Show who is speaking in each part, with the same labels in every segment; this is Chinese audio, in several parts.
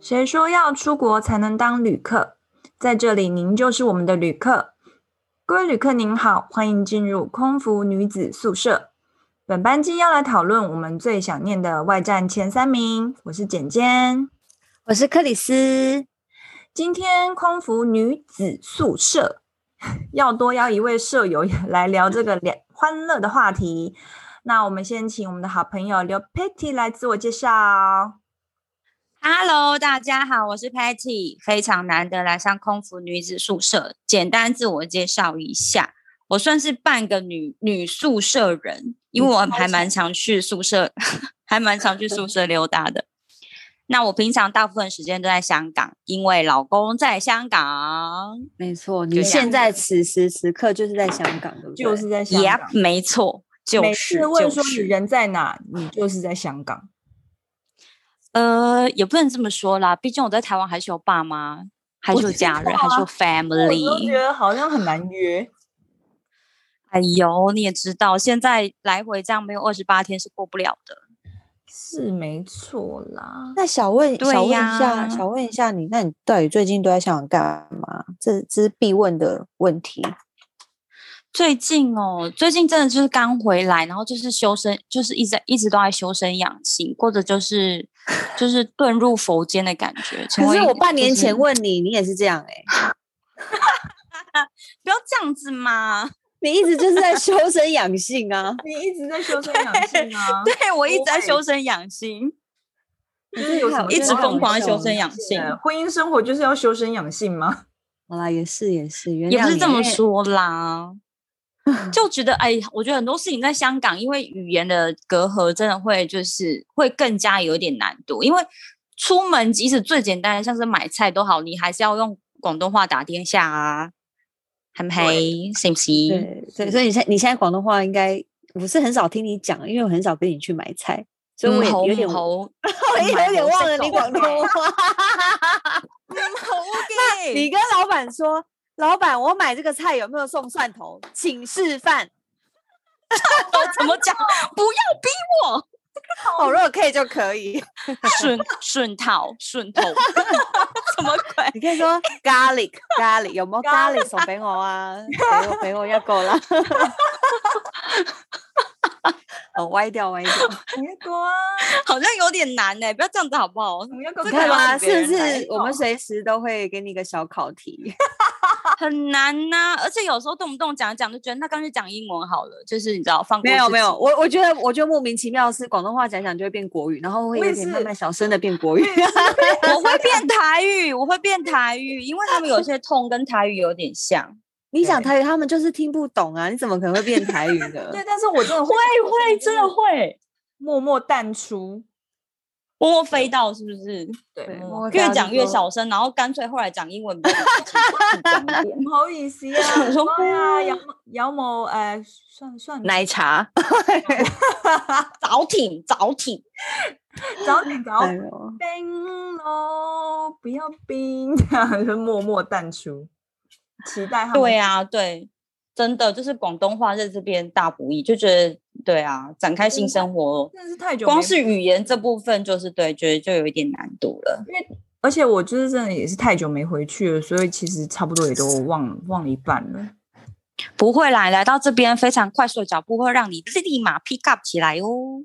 Speaker 1: 谁说要出国才能当旅客？在这里，您就是我们的旅客。各位旅客您好，欢迎进入空服女子宿舍。本班机要来讨论我们最想念的外战前三名。我是简简，
Speaker 2: 我是克里斯。
Speaker 1: 今天空服女子宿舍 要多邀一位舍友来聊这个聊欢乐的话题。那我们先请我们的好朋友刘 Patty 来自我介绍。
Speaker 2: Hello，大家好，我是 Patty，非常难得来上空服女子宿舍，简单自我介绍一下，我算是半个女女宿舍人，因为我还蛮常去宿舍， 还蛮常去宿舍溜达的。那我平常大部分时间都在香港，因为老公在香港，
Speaker 3: 没错，
Speaker 2: 对
Speaker 3: 你
Speaker 2: 啊
Speaker 3: 现在此时此刻就是在香港，对不对？
Speaker 1: 就是在香
Speaker 2: 也
Speaker 1: 港。
Speaker 2: 没错，就
Speaker 1: 每
Speaker 2: 是
Speaker 1: 次问说
Speaker 2: 就
Speaker 1: 你
Speaker 2: 是
Speaker 1: 人在哪，你就是在香港。
Speaker 2: 呃，也不能这么说啦，毕竟我在台湾还是有爸妈，还
Speaker 1: 我
Speaker 2: 是有
Speaker 1: 知
Speaker 2: 家人，
Speaker 1: 道
Speaker 2: 还
Speaker 1: 我
Speaker 2: 是有
Speaker 1: 都觉
Speaker 2: family。
Speaker 1: 得好像很难约。
Speaker 2: 哎呦，你也知道，现在来回这样没有二十八天是过不了的。
Speaker 1: 是没错啦，
Speaker 3: 那小问
Speaker 2: 对
Speaker 3: 小问一
Speaker 2: 呀
Speaker 3: 下，小问一下你，那你到底最近都在香港干嘛？这这是必问的问题。
Speaker 2: 最近哦，最近真的就是刚回来，然后就是修身，就是一直在一直都在修身养性，或者就是就是遁入佛间的感觉。成
Speaker 3: 可
Speaker 2: 为
Speaker 3: 是
Speaker 2: 一
Speaker 3: 我
Speaker 2: 个
Speaker 3: 半
Speaker 2: 就
Speaker 3: 年
Speaker 2: 是
Speaker 3: 前问你，你也是这样哎、
Speaker 2: 不要这样子嘛，
Speaker 3: 你一直就是在修身养性啊。
Speaker 1: 你一直在修身养性 啊，
Speaker 2: 对我一直在
Speaker 1: 对
Speaker 2: 修身养性。
Speaker 1: 就是有
Speaker 3: 啊
Speaker 1: 什么
Speaker 2: 一直
Speaker 1: 都要
Speaker 2: 疯狂地
Speaker 1: 养
Speaker 2: 修身养性
Speaker 1: 呃婚姻生活就是要修身养性吗？
Speaker 3: 好啦，啊也是也是，原
Speaker 2: 也不
Speaker 3: 谅
Speaker 2: 是
Speaker 3: 你
Speaker 2: 这
Speaker 3: 因
Speaker 2: 么
Speaker 3: 为
Speaker 2: 说啦，就觉得哎，我觉得很多事情在香港，因为语言的隔阂，真的会就是会更加有一点难度。因为出门即使最简单的，像是买菜都好，你还是要用广东话打天下啊，很黑，是不是？
Speaker 3: 对，所以所以你现你现在广东话应该我是很少听你讲，因为我很少跟你去买菜，所以我也
Speaker 2: 猴
Speaker 3: 有点， 我
Speaker 2: 猴，
Speaker 3: 也有点忘了你广东
Speaker 2: 话。
Speaker 3: 话。 你跟老板说，老板，我买这个菜有没有送蒜头？请示范。
Speaker 2: 怎么讲？不要逼我，
Speaker 3: 哦，如果可以就可以。
Speaker 2: 顺顺套顺头， 什么鬼？
Speaker 3: 你可以 说 garlic garlic 有没有 garlic 送俾我 啊？俾我俾我一個啦。 哦，歪掉歪掉，
Speaker 1: 你国啊，
Speaker 2: 好像有点难呢、不要这样子好不好？
Speaker 1: 你国
Speaker 2: 这
Speaker 3: 你
Speaker 2: 个
Speaker 3: 看
Speaker 2: 要
Speaker 3: 吧，
Speaker 2: 请别
Speaker 3: 是不
Speaker 2: 人来
Speaker 3: 是我们随时都会给你一个小考题？
Speaker 2: 很难呐、而且有时候动不动讲一讲就觉得那干脆讲英文好了，就是你知道放过
Speaker 3: 没有
Speaker 2: 自
Speaker 3: 没有，
Speaker 2: 己，
Speaker 3: 我我觉得我觉得莫名其妙的是广东话讲讲就会变国语，然后会
Speaker 1: 我也
Speaker 3: 有点慢
Speaker 1: 是
Speaker 3: 慢小声的变国语。
Speaker 2: 我会变台语，我会变台语，因为他们有些痛跟台语有点像，
Speaker 3: 你讲
Speaker 1: 对
Speaker 3: 台语，他们就是听不懂啊！你怎么可能会变台语呢？
Speaker 1: 对，但是我真的会
Speaker 2: 会真的会，
Speaker 1: 默默淡出，
Speaker 2: 默默飞到是不是？
Speaker 1: 对，
Speaker 3: 对
Speaker 1: 默
Speaker 3: 默
Speaker 1: 默
Speaker 3: 默
Speaker 1: 淡
Speaker 3: 对
Speaker 2: 越
Speaker 3: 啊
Speaker 2: 讲
Speaker 3: 你
Speaker 2: 越
Speaker 3: 说
Speaker 2: 小声，然后干脆后来讲英文比较好讲 一点。，
Speaker 1: 出不好意思呀
Speaker 2: 我说
Speaker 1: 哎呀，姚某姚某，呃，算算
Speaker 3: 奶茶，
Speaker 2: 早挺早挺，
Speaker 1: 早点早
Speaker 3: 哎呦，
Speaker 1: 冰喽，不要冰， 这样就默默淡出，期待他们
Speaker 2: 对啊对，真的就是广东话在这边大不易，就觉得对啊，展开新生活，
Speaker 1: 真的是太久没，
Speaker 2: 光是语言这部分就是对，觉得就有一点难度了。
Speaker 1: 而且我就是真的也是太久没回去了，所以其实差不多也都忘忘一半了。
Speaker 2: 不会啦，来到这边非常快速的脚步会让你立马 pick up 起来哦，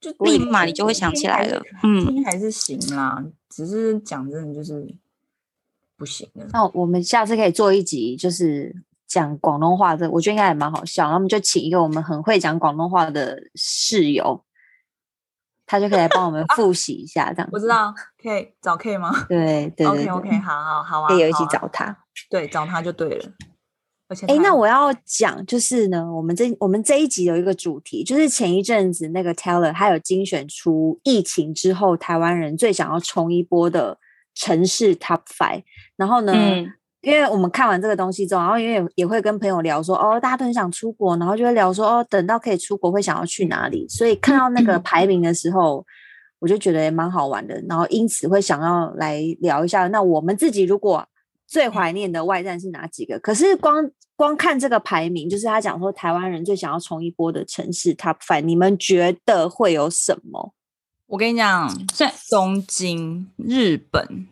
Speaker 1: 就
Speaker 2: 立
Speaker 1: 听
Speaker 2: 马你就会想起来了。。嗯，
Speaker 1: 听还是听还是行啦，只是讲真的就是不行了。
Speaker 3: 那我们下次可以做一集，就是讲广东话的，我觉得应该也蛮好笑。然后我们就请一个我们很会讲广东话的室友，他就可以来帮我们复习一下，这样
Speaker 1: 我知道，可以找 K 吗
Speaker 3: 对对对
Speaker 1: OK OK，
Speaker 3: 对
Speaker 1: 好好好啊，
Speaker 3: 可以有一起
Speaker 1: 好啊
Speaker 3: 找他。
Speaker 1: 对找他就对了。而且
Speaker 3: 哎、
Speaker 1: 他
Speaker 3: 那我要讲就是呢，我们这我们这一集有一个主题，就是前一阵子那个 Teller 他有精选出疫情之后台湾人最想要冲一波的城市 Top Five，然后呢。
Speaker 2: 嗯
Speaker 3: 因为我们看完这个东西之后，然后因为也会跟朋友聊说，哦，大家都很想出国，然后就会聊说，哦，等到可以出国会想要去哪里。所以
Speaker 2: 嗯
Speaker 3: 看到那个排名的时候，我就觉得也蛮好玩的，然后因此会想要来聊一下。那我们自己如果
Speaker 2: 嗯
Speaker 3: 最怀念的外站是哪几个？可是光光看这个排名，就是他讲说台湾人最想要冲一波的城市 Top Five，你们觉得会有什么？
Speaker 1: 我跟你讲，
Speaker 2: 所以
Speaker 1: 东京、日本，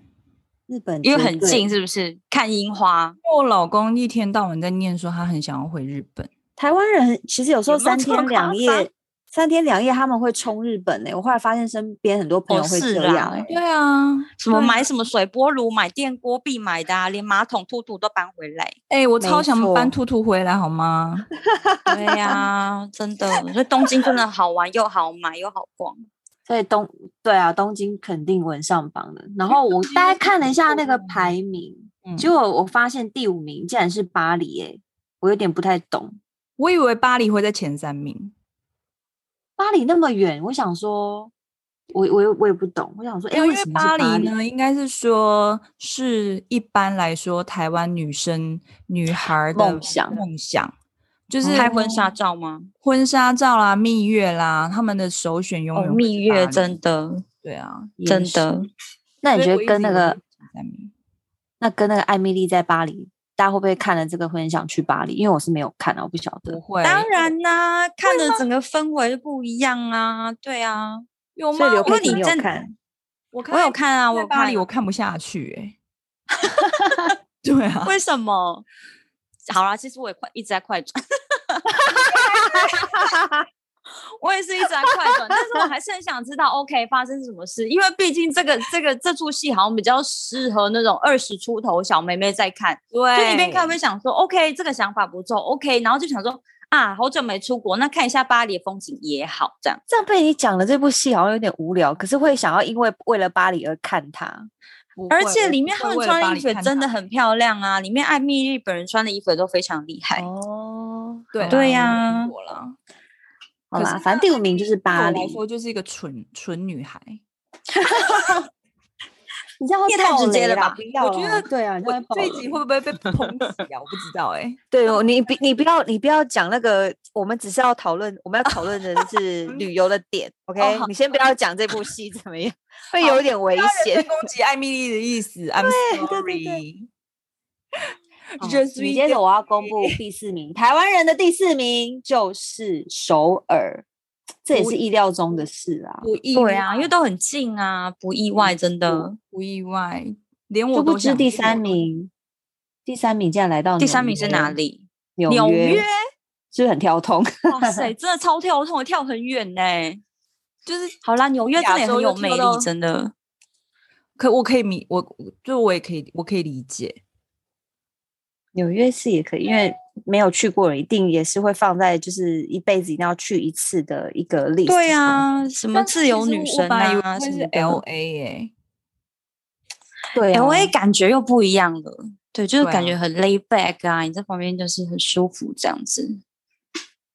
Speaker 3: 日本
Speaker 2: 因为
Speaker 3: 绝
Speaker 2: 很
Speaker 3: 对
Speaker 2: 近，是不是？看樱花，
Speaker 1: 我老公一天到晚在念说他很想要回日本。
Speaker 3: 台湾人其实有时候
Speaker 2: 有没有
Speaker 3: 三
Speaker 2: 这么
Speaker 3: 天
Speaker 2: 夸
Speaker 3: 两夜
Speaker 2: 张，
Speaker 3: 三天两夜他们会冲日本呢、我后来发现身边很多朋
Speaker 2: 哦
Speaker 3: 友会
Speaker 2: 是
Speaker 3: 这
Speaker 2: 啦
Speaker 3: 样、欸，
Speaker 1: 对啊，
Speaker 2: 什么
Speaker 1: 对
Speaker 2: 买什么水波炉、买电锅必买的、啊，连马桶、兔兔都搬回来。
Speaker 1: 哎、我超
Speaker 3: 没
Speaker 1: 想搬
Speaker 3: 错
Speaker 1: 兔兔回来好吗？
Speaker 2: 对呀、 真的，所以东京真的好玩又好买又好逛。
Speaker 3: 所以东对啊，东京肯定稳上榜的。然后我
Speaker 1: 东京
Speaker 3: 大概
Speaker 1: 是
Speaker 3: 看了一下
Speaker 1: 不
Speaker 3: 那个
Speaker 1: 错的
Speaker 3: 排名，
Speaker 1: 嗯，
Speaker 3: 结果我发现第五名竟然是巴黎、耶，我有点不太懂。
Speaker 1: 我以为巴黎会在前三名，
Speaker 3: 巴黎那么远，我想说，我我也我也不懂，我想说，哎、
Speaker 1: 因
Speaker 3: 为
Speaker 1: 为
Speaker 3: 什么是
Speaker 1: 巴
Speaker 3: 黎
Speaker 1: 黎？呢，应该是说是一般来说台湾女生女孩儿的
Speaker 3: 梦想
Speaker 1: 梦想就是
Speaker 2: 拍婚纱照吗？
Speaker 1: 婚纱照啦、蜜月啦，他们的首选永
Speaker 2: 哦，
Speaker 1: 远、
Speaker 2: 蜜月真
Speaker 1: 的
Speaker 2: 的
Speaker 1: 对啊。
Speaker 3: 也
Speaker 2: 真
Speaker 3: 是
Speaker 2: 的，
Speaker 3: 那你
Speaker 1: 所以
Speaker 3: 觉
Speaker 1: 我
Speaker 3: 得
Speaker 1: 一直
Speaker 3: 跟那
Speaker 1: 以为
Speaker 3: 个
Speaker 1: 是前三名
Speaker 3: 那跟那个艾米丽在巴黎，大家会不会看了这个会很想去巴黎？因为我是没有看啊，我不晓
Speaker 1: 不
Speaker 3: 得。
Speaker 1: 会，
Speaker 2: 当然啦、看了整个氛围就不一样啊。对啊，
Speaker 1: 有
Speaker 3: 所
Speaker 1: 吗
Speaker 3: 以？刘
Speaker 1: 我
Speaker 3: 佩
Speaker 2: 问
Speaker 3: 婷
Speaker 2: 你
Speaker 3: 你有
Speaker 2: 真的
Speaker 3: 看？
Speaker 1: 我
Speaker 2: 我有看啊，我
Speaker 1: 在
Speaker 2: 有
Speaker 1: 巴黎
Speaker 2: 看
Speaker 1: 我看不下去哎、 对啊，
Speaker 2: 为什么？好啦，其实我也快一直在快转， 我也是一直在快转，但是我还是很想知道 OK 发生什么事，因为毕竟这个这个这出戏好像比较适合那种二十出头小妹妹在看，就
Speaker 1: 对，
Speaker 2: 一边看一边想说 OK 这个想法不错 OK，然后就想说啊好久没出国，那看一下巴黎的风景也好这样。
Speaker 3: 这样被你讲了，这部戏好像有点无聊，可是会想要因为为了巴黎而看它。
Speaker 1: 不
Speaker 2: 而
Speaker 1: 会
Speaker 2: 且
Speaker 1: 我
Speaker 2: 里
Speaker 1: 不
Speaker 2: 面他
Speaker 1: 会
Speaker 2: 们
Speaker 1: 为了
Speaker 2: 穿
Speaker 1: 巴
Speaker 2: 的
Speaker 1: 黎
Speaker 2: 衣服也
Speaker 1: 看
Speaker 2: 真
Speaker 1: 他
Speaker 2: 的很漂亮啊，里面艾米丽本人穿的衣服也都非常厉害。
Speaker 3: 哦，
Speaker 1: 对啊
Speaker 2: 对
Speaker 1: 我
Speaker 2: 呀
Speaker 1: 听过啦
Speaker 3: 好
Speaker 1: 可是
Speaker 3: 啦，反正第五名就是
Speaker 1: 对
Speaker 3: 巴
Speaker 1: 我
Speaker 3: 黎
Speaker 1: 来。说就是一个纯纯女孩，
Speaker 3: 你这样会
Speaker 2: 你也太
Speaker 3: 爆
Speaker 2: 直接
Speaker 3: 雷
Speaker 2: 了
Speaker 3: 啦
Speaker 2: 吧
Speaker 3: 不要
Speaker 1: 我觉
Speaker 3: 啦
Speaker 1: 得
Speaker 3: 对啊，你这样
Speaker 1: 我
Speaker 3: 会爆
Speaker 1: 这一集
Speaker 3: 雷
Speaker 1: 会不会被抨击啊？我不知道 哎、
Speaker 3: 对哦，你别你不要你不要讲那个，我们只是要讨论，我们要讨论的 是旅游的点，OK？哦
Speaker 2: 好
Speaker 3: 你先不要讲这部戏怎 么样，会
Speaker 1: 好
Speaker 3: 有点危
Speaker 1: 在
Speaker 3: 险。
Speaker 1: 攻击艾米丽的意思，I'm
Speaker 3: 对对
Speaker 1: sorry。
Speaker 3: 好
Speaker 1: Je
Speaker 3: 紧
Speaker 1: suis
Speaker 3: 接
Speaker 2: 哦
Speaker 3: 着我要啊公布第四名，台湾人的第四名就是首尔，这也
Speaker 1: 不
Speaker 3: 是意料中的事啊。
Speaker 1: 不意
Speaker 2: 对啊，因为嗯
Speaker 1: 外
Speaker 2: 都很近啊，不意外，真的。
Speaker 1: 不意外，连我
Speaker 3: 殊不
Speaker 1: 都
Speaker 3: 知
Speaker 1: 想
Speaker 3: 第
Speaker 1: 去
Speaker 3: 三
Speaker 1: 了，
Speaker 3: 名，第三名竟然来到
Speaker 2: 第三名
Speaker 3: 纽
Speaker 2: 是哪
Speaker 3: 约？
Speaker 2: 里？
Speaker 3: 纽
Speaker 2: 纽
Speaker 3: 约
Speaker 2: 约。
Speaker 3: 是不是很跳 通？
Speaker 2: 哇塞，真的超跳痛，跳很远呢、
Speaker 1: 就是
Speaker 2: 好啦，纽约真
Speaker 1: 亚
Speaker 2: 的也
Speaker 1: 洲
Speaker 2: 很
Speaker 1: 又
Speaker 2: 有
Speaker 1: 跳
Speaker 2: 魅力
Speaker 1: 到，
Speaker 2: 真的。
Speaker 1: 可我可以明我就我也可以我可以理解，
Speaker 3: 纽约是也可以，因为没有去过的人一定也是会放在就是一辈子一定要去一次的一个 list。
Speaker 2: 对，啊，什么
Speaker 1: 但是
Speaker 2: 自
Speaker 1: 其
Speaker 2: 由
Speaker 1: 实
Speaker 2: 女
Speaker 1: 我
Speaker 2: 神
Speaker 1: 本来以为
Speaker 2: 啊，
Speaker 1: 会
Speaker 2: 什
Speaker 1: 是
Speaker 2: 么
Speaker 1: L
Speaker 2: 的。
Speaker 1: A 哎，
Speaker 3: 对啊
Speaker 2: L A 感觉又不一样了，对，就是
Speaker 1: 对
Speaker 2: 感
Speaker 1: 啊
Speaker 2: 觉很 lay back 啊，你这旁边就是很舒服这样子，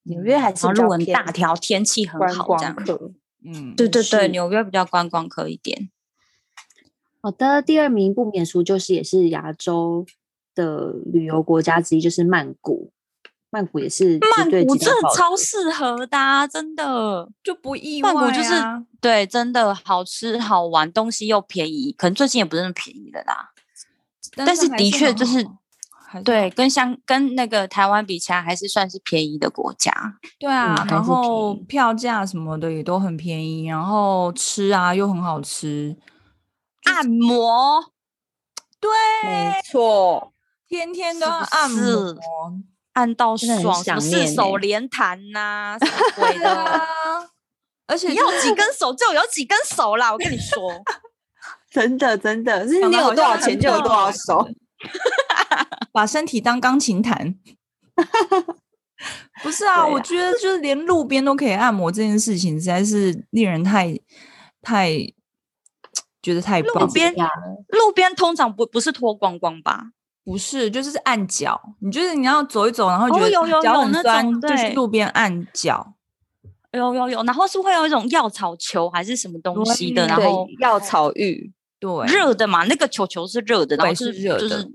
Speaker 3: 纽约还是
Speaker 2: 然后
Speaker 3: 比较
Speaker 2: 路很
Speaker 3: 偏
Speaker 2: 大条，天气很
Speaker 3: 观
Speaker 2: 好这
Speaker 3: 光
Speaker 2: 样。
Speaker 3: 客。
Speaker 1: 嗯，
Speaker 2: 对对对，
Speaker 3: 是
Speaker 2: 纽约比较观光客一点。
Speaker 3: 好的，第二名不免俗，就是也是亚洲的旅游国家之一，就是曼谷。曼谷也是
Speaker 2: 曼
Speaker 3: 曼
Speaker 2: 谷真的超适合的、啊，真的。
Speaker 1: 就不意外
Speaker 2: 曼
Speaker 1: 啊，
Speaker 2: 谷就是对，真的好吃好玩，东西又便宜，可能最近也不是那么便宜的啦。但是
Speaker 1: 还
Speaker 2: 的确
Speaker 1: 很
Speaker 2: 就是
Speaker 1: 好还是
Speaker 2: 对，跟香跟那个台湾比起来，还是算是便宜的国家。
Speaker 1: 对啊，然
Speaker 3: 还是便
Speaker 1: 后
Speaker 3: 宜
Speaker 1: 票价什么的也都很便宜，然后吃啊又很好吃，
Speaker 2: 按摩
Speaker 1: 对，
Speaker 2: 欸
Speaker 3: 没错，
Speaker 1: 天天
Speaker 2: 是
Speaker 1: 都要
Speaker 2: 不
Speaker 1: 按摩
Speaker 2: 是，按到
Speaker 3: 真的很
Speaker 2: 爽，什么
Speaker 3: 想
Speaker 2: 四
Speaker 3: 念
Speaker 2: 手
Speaker 3: 欸
Speaker 2: 连弹呐、什么鬼
Speaker 1: 对啊
Speaker 2: 的。，
Speaker 1: 而且
Speaker 2: 你
Speaker 1: 就
Speaker 2: 要
Speaker 1: 是
Speaker 2: 几根手就有几根手啦，我跟你说，
Speaker 3: 真的真的，是
Speaker 1: 讲
Speaker 3: 你
Speaker 1: 得好
Speaker 3: 有多
Speaker 1: 像
Speaker 3: 少
Speaker 1: 很
Speaker 3: 钱就有
Speaker 1: 棒
Speaker 3: 多少
Speaker 1: 啊
Speaker 3: 手。
Speaker 1: 把身体当钢琴弹。 不是啊，
Speaker 3: 对
Speaker 1: 我
Speaker 3: 啊
Speaker 1: 觉得就是连路边都可以按摩这件事情，实在是令人太太觉得太
Speaker 2: 路
Speaker 1: 棒了。
Speaker 2: 边
Speaker 3: 呀
Speaker 2: 路边通常不不是脱光光吧？
Speaker 1: 不是，就是按脚。你就是你要走一走，然后觉
Speaker 2: 哦
Speaker 1: 得
Speaker 2: 有有
Speaker 1: 脚
Speaker 2: 有
Speaker 1: 很
Speaker 2: 那
Speaker 1: 酸，
Speaker 2: 种
Speaker 1: 就去
Speaker 2: 对
Speaker 1: 路边按脚。
Speaker 2: 有有有，然后是会有一种药草球还是什么东西的，
Speaker 1: 对
Speaker 2: 然
Speaker 3: 对
Speaker 2: 后，
Speaker 3: 药草浴，
Speaker 1: 对，
Speaker 2: 热的嘛，那个球球是热的，然后
Speaker 1: 对
Speaker 2: 就是
Speaker 1: 热
Speaker 2: 就
Speaker 1: 的
Speaker 2: 是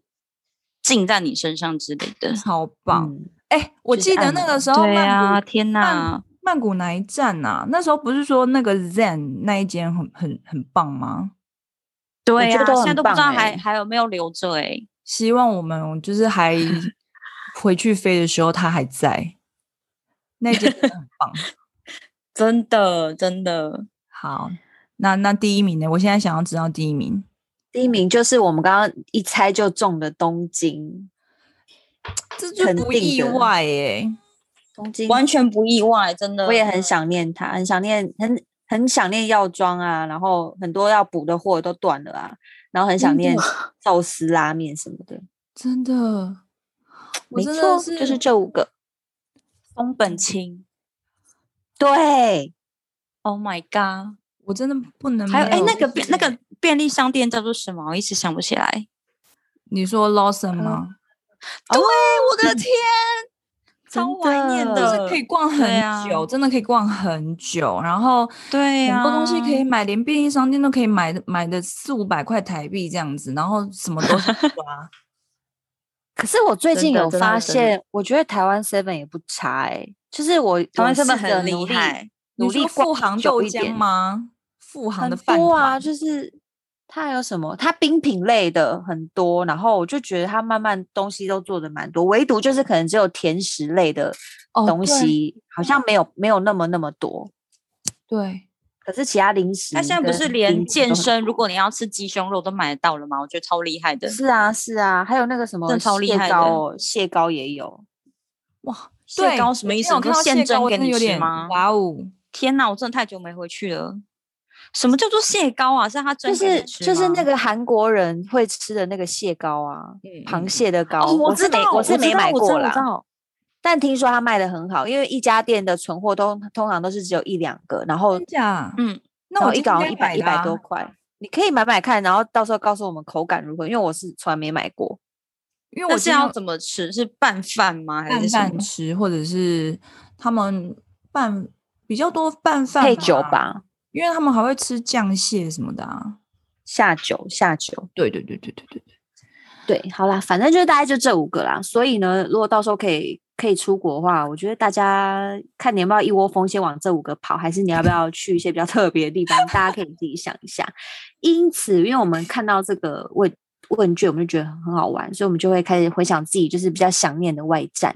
Speaker 2: 浸在你身上之类的。啊
Speaker 1: 超棒！
Speaker 3: 嗯
Speaker 1: 哎、我
Speaker 3: 就是
Speaker 1: 记得
Speaker 3: 按
Speaker 1: 那
Speaker 3: 摩
Speaker 1: 个时候曼谷、
Speaker 2: 天
Speaker 1: 哪！曼谷哪一站啊？那时候不是说那个 Zen 那一间很很很棒吗？
Speaker 2: 对呀、
Speaker 3: 觉得都
Speaker 2: 现在
Speaker 3: 很
Speaker 2: 都不知道
Speaker 3: 棒
Speaker 2: 还
Speaker 3: 欸
Speaker 2: 还有没有留着哎、欸。
Speaker 1: 希望我们就是还回去飞的时候它还在，那一间真的很棒。
Speaker 2: 真的，真的，
Speaker 1: 好，那那第一名呢？我现在想要知道第一名。
Speaker 3: 第一名就是我们刚刚一猜就中的东京，
Speaker 1: 这就
Speaker 3: 肯
Speaker 1: 不
Speaker 3: 定
Speaker 1: 意
Speaker 3: 的
Speaker 1: 外耶、
Speaker 3: 东京
Speaker 2: 完全不意外，真的。
Speaker 3: 我也很想念他，很想念，很很想念药妆啊，然后很多要补的货都断了啊，然后很想
Speaker 2: 真的
Speaker 3: 念 寿司、拉面什么的。
Speaker 1: 真的，我
Speaker 3: 没
Speaker 1: 真的
Speaker 3: 错，
Speaker 1: 是
Speaker 3: 就是这五个。
Speaker 2: 松本清
Speaker 3: 对，
Speaker 2: ，Oh my god！
Speaker 1: 我真的不能
Speaker 2: 还有
Speaker 1: 没
Speaker 2: 哎、那
Speaker 1: 就
Speaker 2: 个便那
Speaker 1: 是
Speaker 2: 个便利商店叫做什么？我一时想不起来。
Speaker 1: 你说 Lawson 吗？
Speaker 2: 对，我的天，
Speaker 3: 真
Speaker 2: 超怀念
Speaker 1: 就
Speaker 3: 的
Speaker 2: 的，
Speaker 1: 是可以逛
Speaker 2: 对啊
Speaker 1: 很久，真的可以逛很久。然后
Speaker 2: 对啊呀、
Speaker 1: 很多东西可以买，连便利商店都可以买买的四五百块台币这样子，然后什么都想抓。
Speaker 3: 可是我最
Speaker 2: 真
Speaker 3: 近
Speaker 2: 的
Speaker 3: 有
Speaker 2: 真的
Speaker 3: 发
Speaker 2: 真的
Speaker 3: 现，我觉得台湾 Seven 也不差哎、就是我
Speaker 2: 台湾
Speaker 3: 有
Speaker 2: 真的
Speaker 3: 试着
Speaker 2: 很
Speaker 3: 努
Speaker 2: 厉
Speaker 3: 力，
Speaker 2: 害，
Speaker 3: 努
Speaker 1: 你
Speaker 3: 力
Speaker 1: 说
Speaker 3: 逛
Speaker 1: 富航
Speaker 3: 久
Speaker 1: 豆
Speaker 3: 一
Speaker 1: 浆
Speaker 3: 点
Speaker 1: 吗？富航
Speaker 3: 很
Speaker 1: 的饭
Speaker 3: 多啊，
Speaker 1: 团，
Speaker 3: 就是它还有什么？它冰品类的很多，然后我就觉得它慢慢东西都做的蛮多，唯独就是可能只有甜食类的
Speaker 1: 哦
Speaker 3: 东
Speaker 1: 对
Speaker 3: 西、好像没有没有那么那么多。
Speaker 1: 对，
Speaker 3: 可是其他零食
Speaker 2: 他
Speaker 3: 跟
Speaker 2: 现在
Speaker 3: 冰
Speaker 2: 不
Speaker 3: 品都很多，
Speaker 2: 是连健身，如果你要吃鸡胸肉都买得到了吗？我觉得超厉害的。
Speaker 3: 是啊是啊，还有那个什么
Speaker 2: 真的超厉
Speaker 3: 蟹
Speaker 2: 害的
Speaker 3: 膏哦，蟹膏也有。
Speaker 1: 哇，
Speaker 2: 蟹膏什么意思？
Speaker 1: 我
Speaker 2: 你
Speaker 1: 看
Speaker 2: 说
Speaker 1: 到蟹膏
Speaker 2: 现蒸
Speaker 1: 我
Speaker 2: 给
Speaker 1: 真的
Speaker 2: 你
Speaker 1: 有
Speaker 2: 吃
Speaker 1: 点
Speaker 2: 吗？
Speaker 1: 哇哦，
Speaker 2: 天哪，我真的太久没回去了。什么叫做蟹膏啊？是他蒸
Speaker 3: 就
Speaker 2: 给你
Speaker 3: 是
Speaker 2: 吃
Speaker 3: 就是那
Speaker 2: 吗
Speaker 3: 个韩国人会吃的那个蟹膏啊，
Speaker 1: 嗯
Speaker 3: 螃蟹的膏，
Speaker 2: 哦我
Speaker 3: 是
Speaker 2: 知
Speaker 3: 没
Speaker 2: 道
Speaker 3: 我
Speaker 2: 我
Speaker 3: 是
Speaker 2: 知
Speaker 3: 没
Speaker 2: 道
Speaker 3: 买
Speaker 2: 我知道
Speaker 3: 过
Speaker 2: 我
Speaker 3: 啦
Speaker 2: 知道，
Speaker 3: 但听说它卖的很好，因为一家店的存货都通常都是只有一两个，然后
Speaker 1: 真假？
Speaker 2: 嗯，
Speaker 1: 那
Speaker 3: 然
Speaker 1: 我
Speaker 3: 后一
Speaker 1: 就应
Speaker 3: 搞
Speaker 1: 该
Speaker 3: 一百
Speaker 1: 买
Speaker 3: 一
Speaker 1: 啦
Speaker 3: 百多块，你可以买买看，然后到时候告诉我们口感如何，因为我是从来没买过。
Speaker 1: 因为
Speaker 2: 那
Speaker 1: 我
Speaker 2: 是
Speaker 1: 今天
Speaker 2: 要
Speaker 1: 有
Speaker 2: 怎么吃？是拌饭吗？还
Speaker 1: 拌
Speaker 2: 是什么
Speaker 1: 饭？吃，或者是他们拌比较多拌饭
Speaker 3: 配酒，吧，
Speaker 1: 因为他们还会吃酱蟹什么的啊。
Speaker 3: 下酒下酒。
Speaker 1: 对对对对对对，
Speaker 3: 对，好啦，反正就是大概就这五个啦。所以呢，如果到时候可以可以出国的话，我觉得大家看你要不要一窝蜂先往这五个跑，还是你要不要去一些比较特别的地方，大家可以自己想一下。因此，因为我们看到这个问问卷，我们就觉得很好玩，所以我们就会开始回想自己就是比较想念的外战。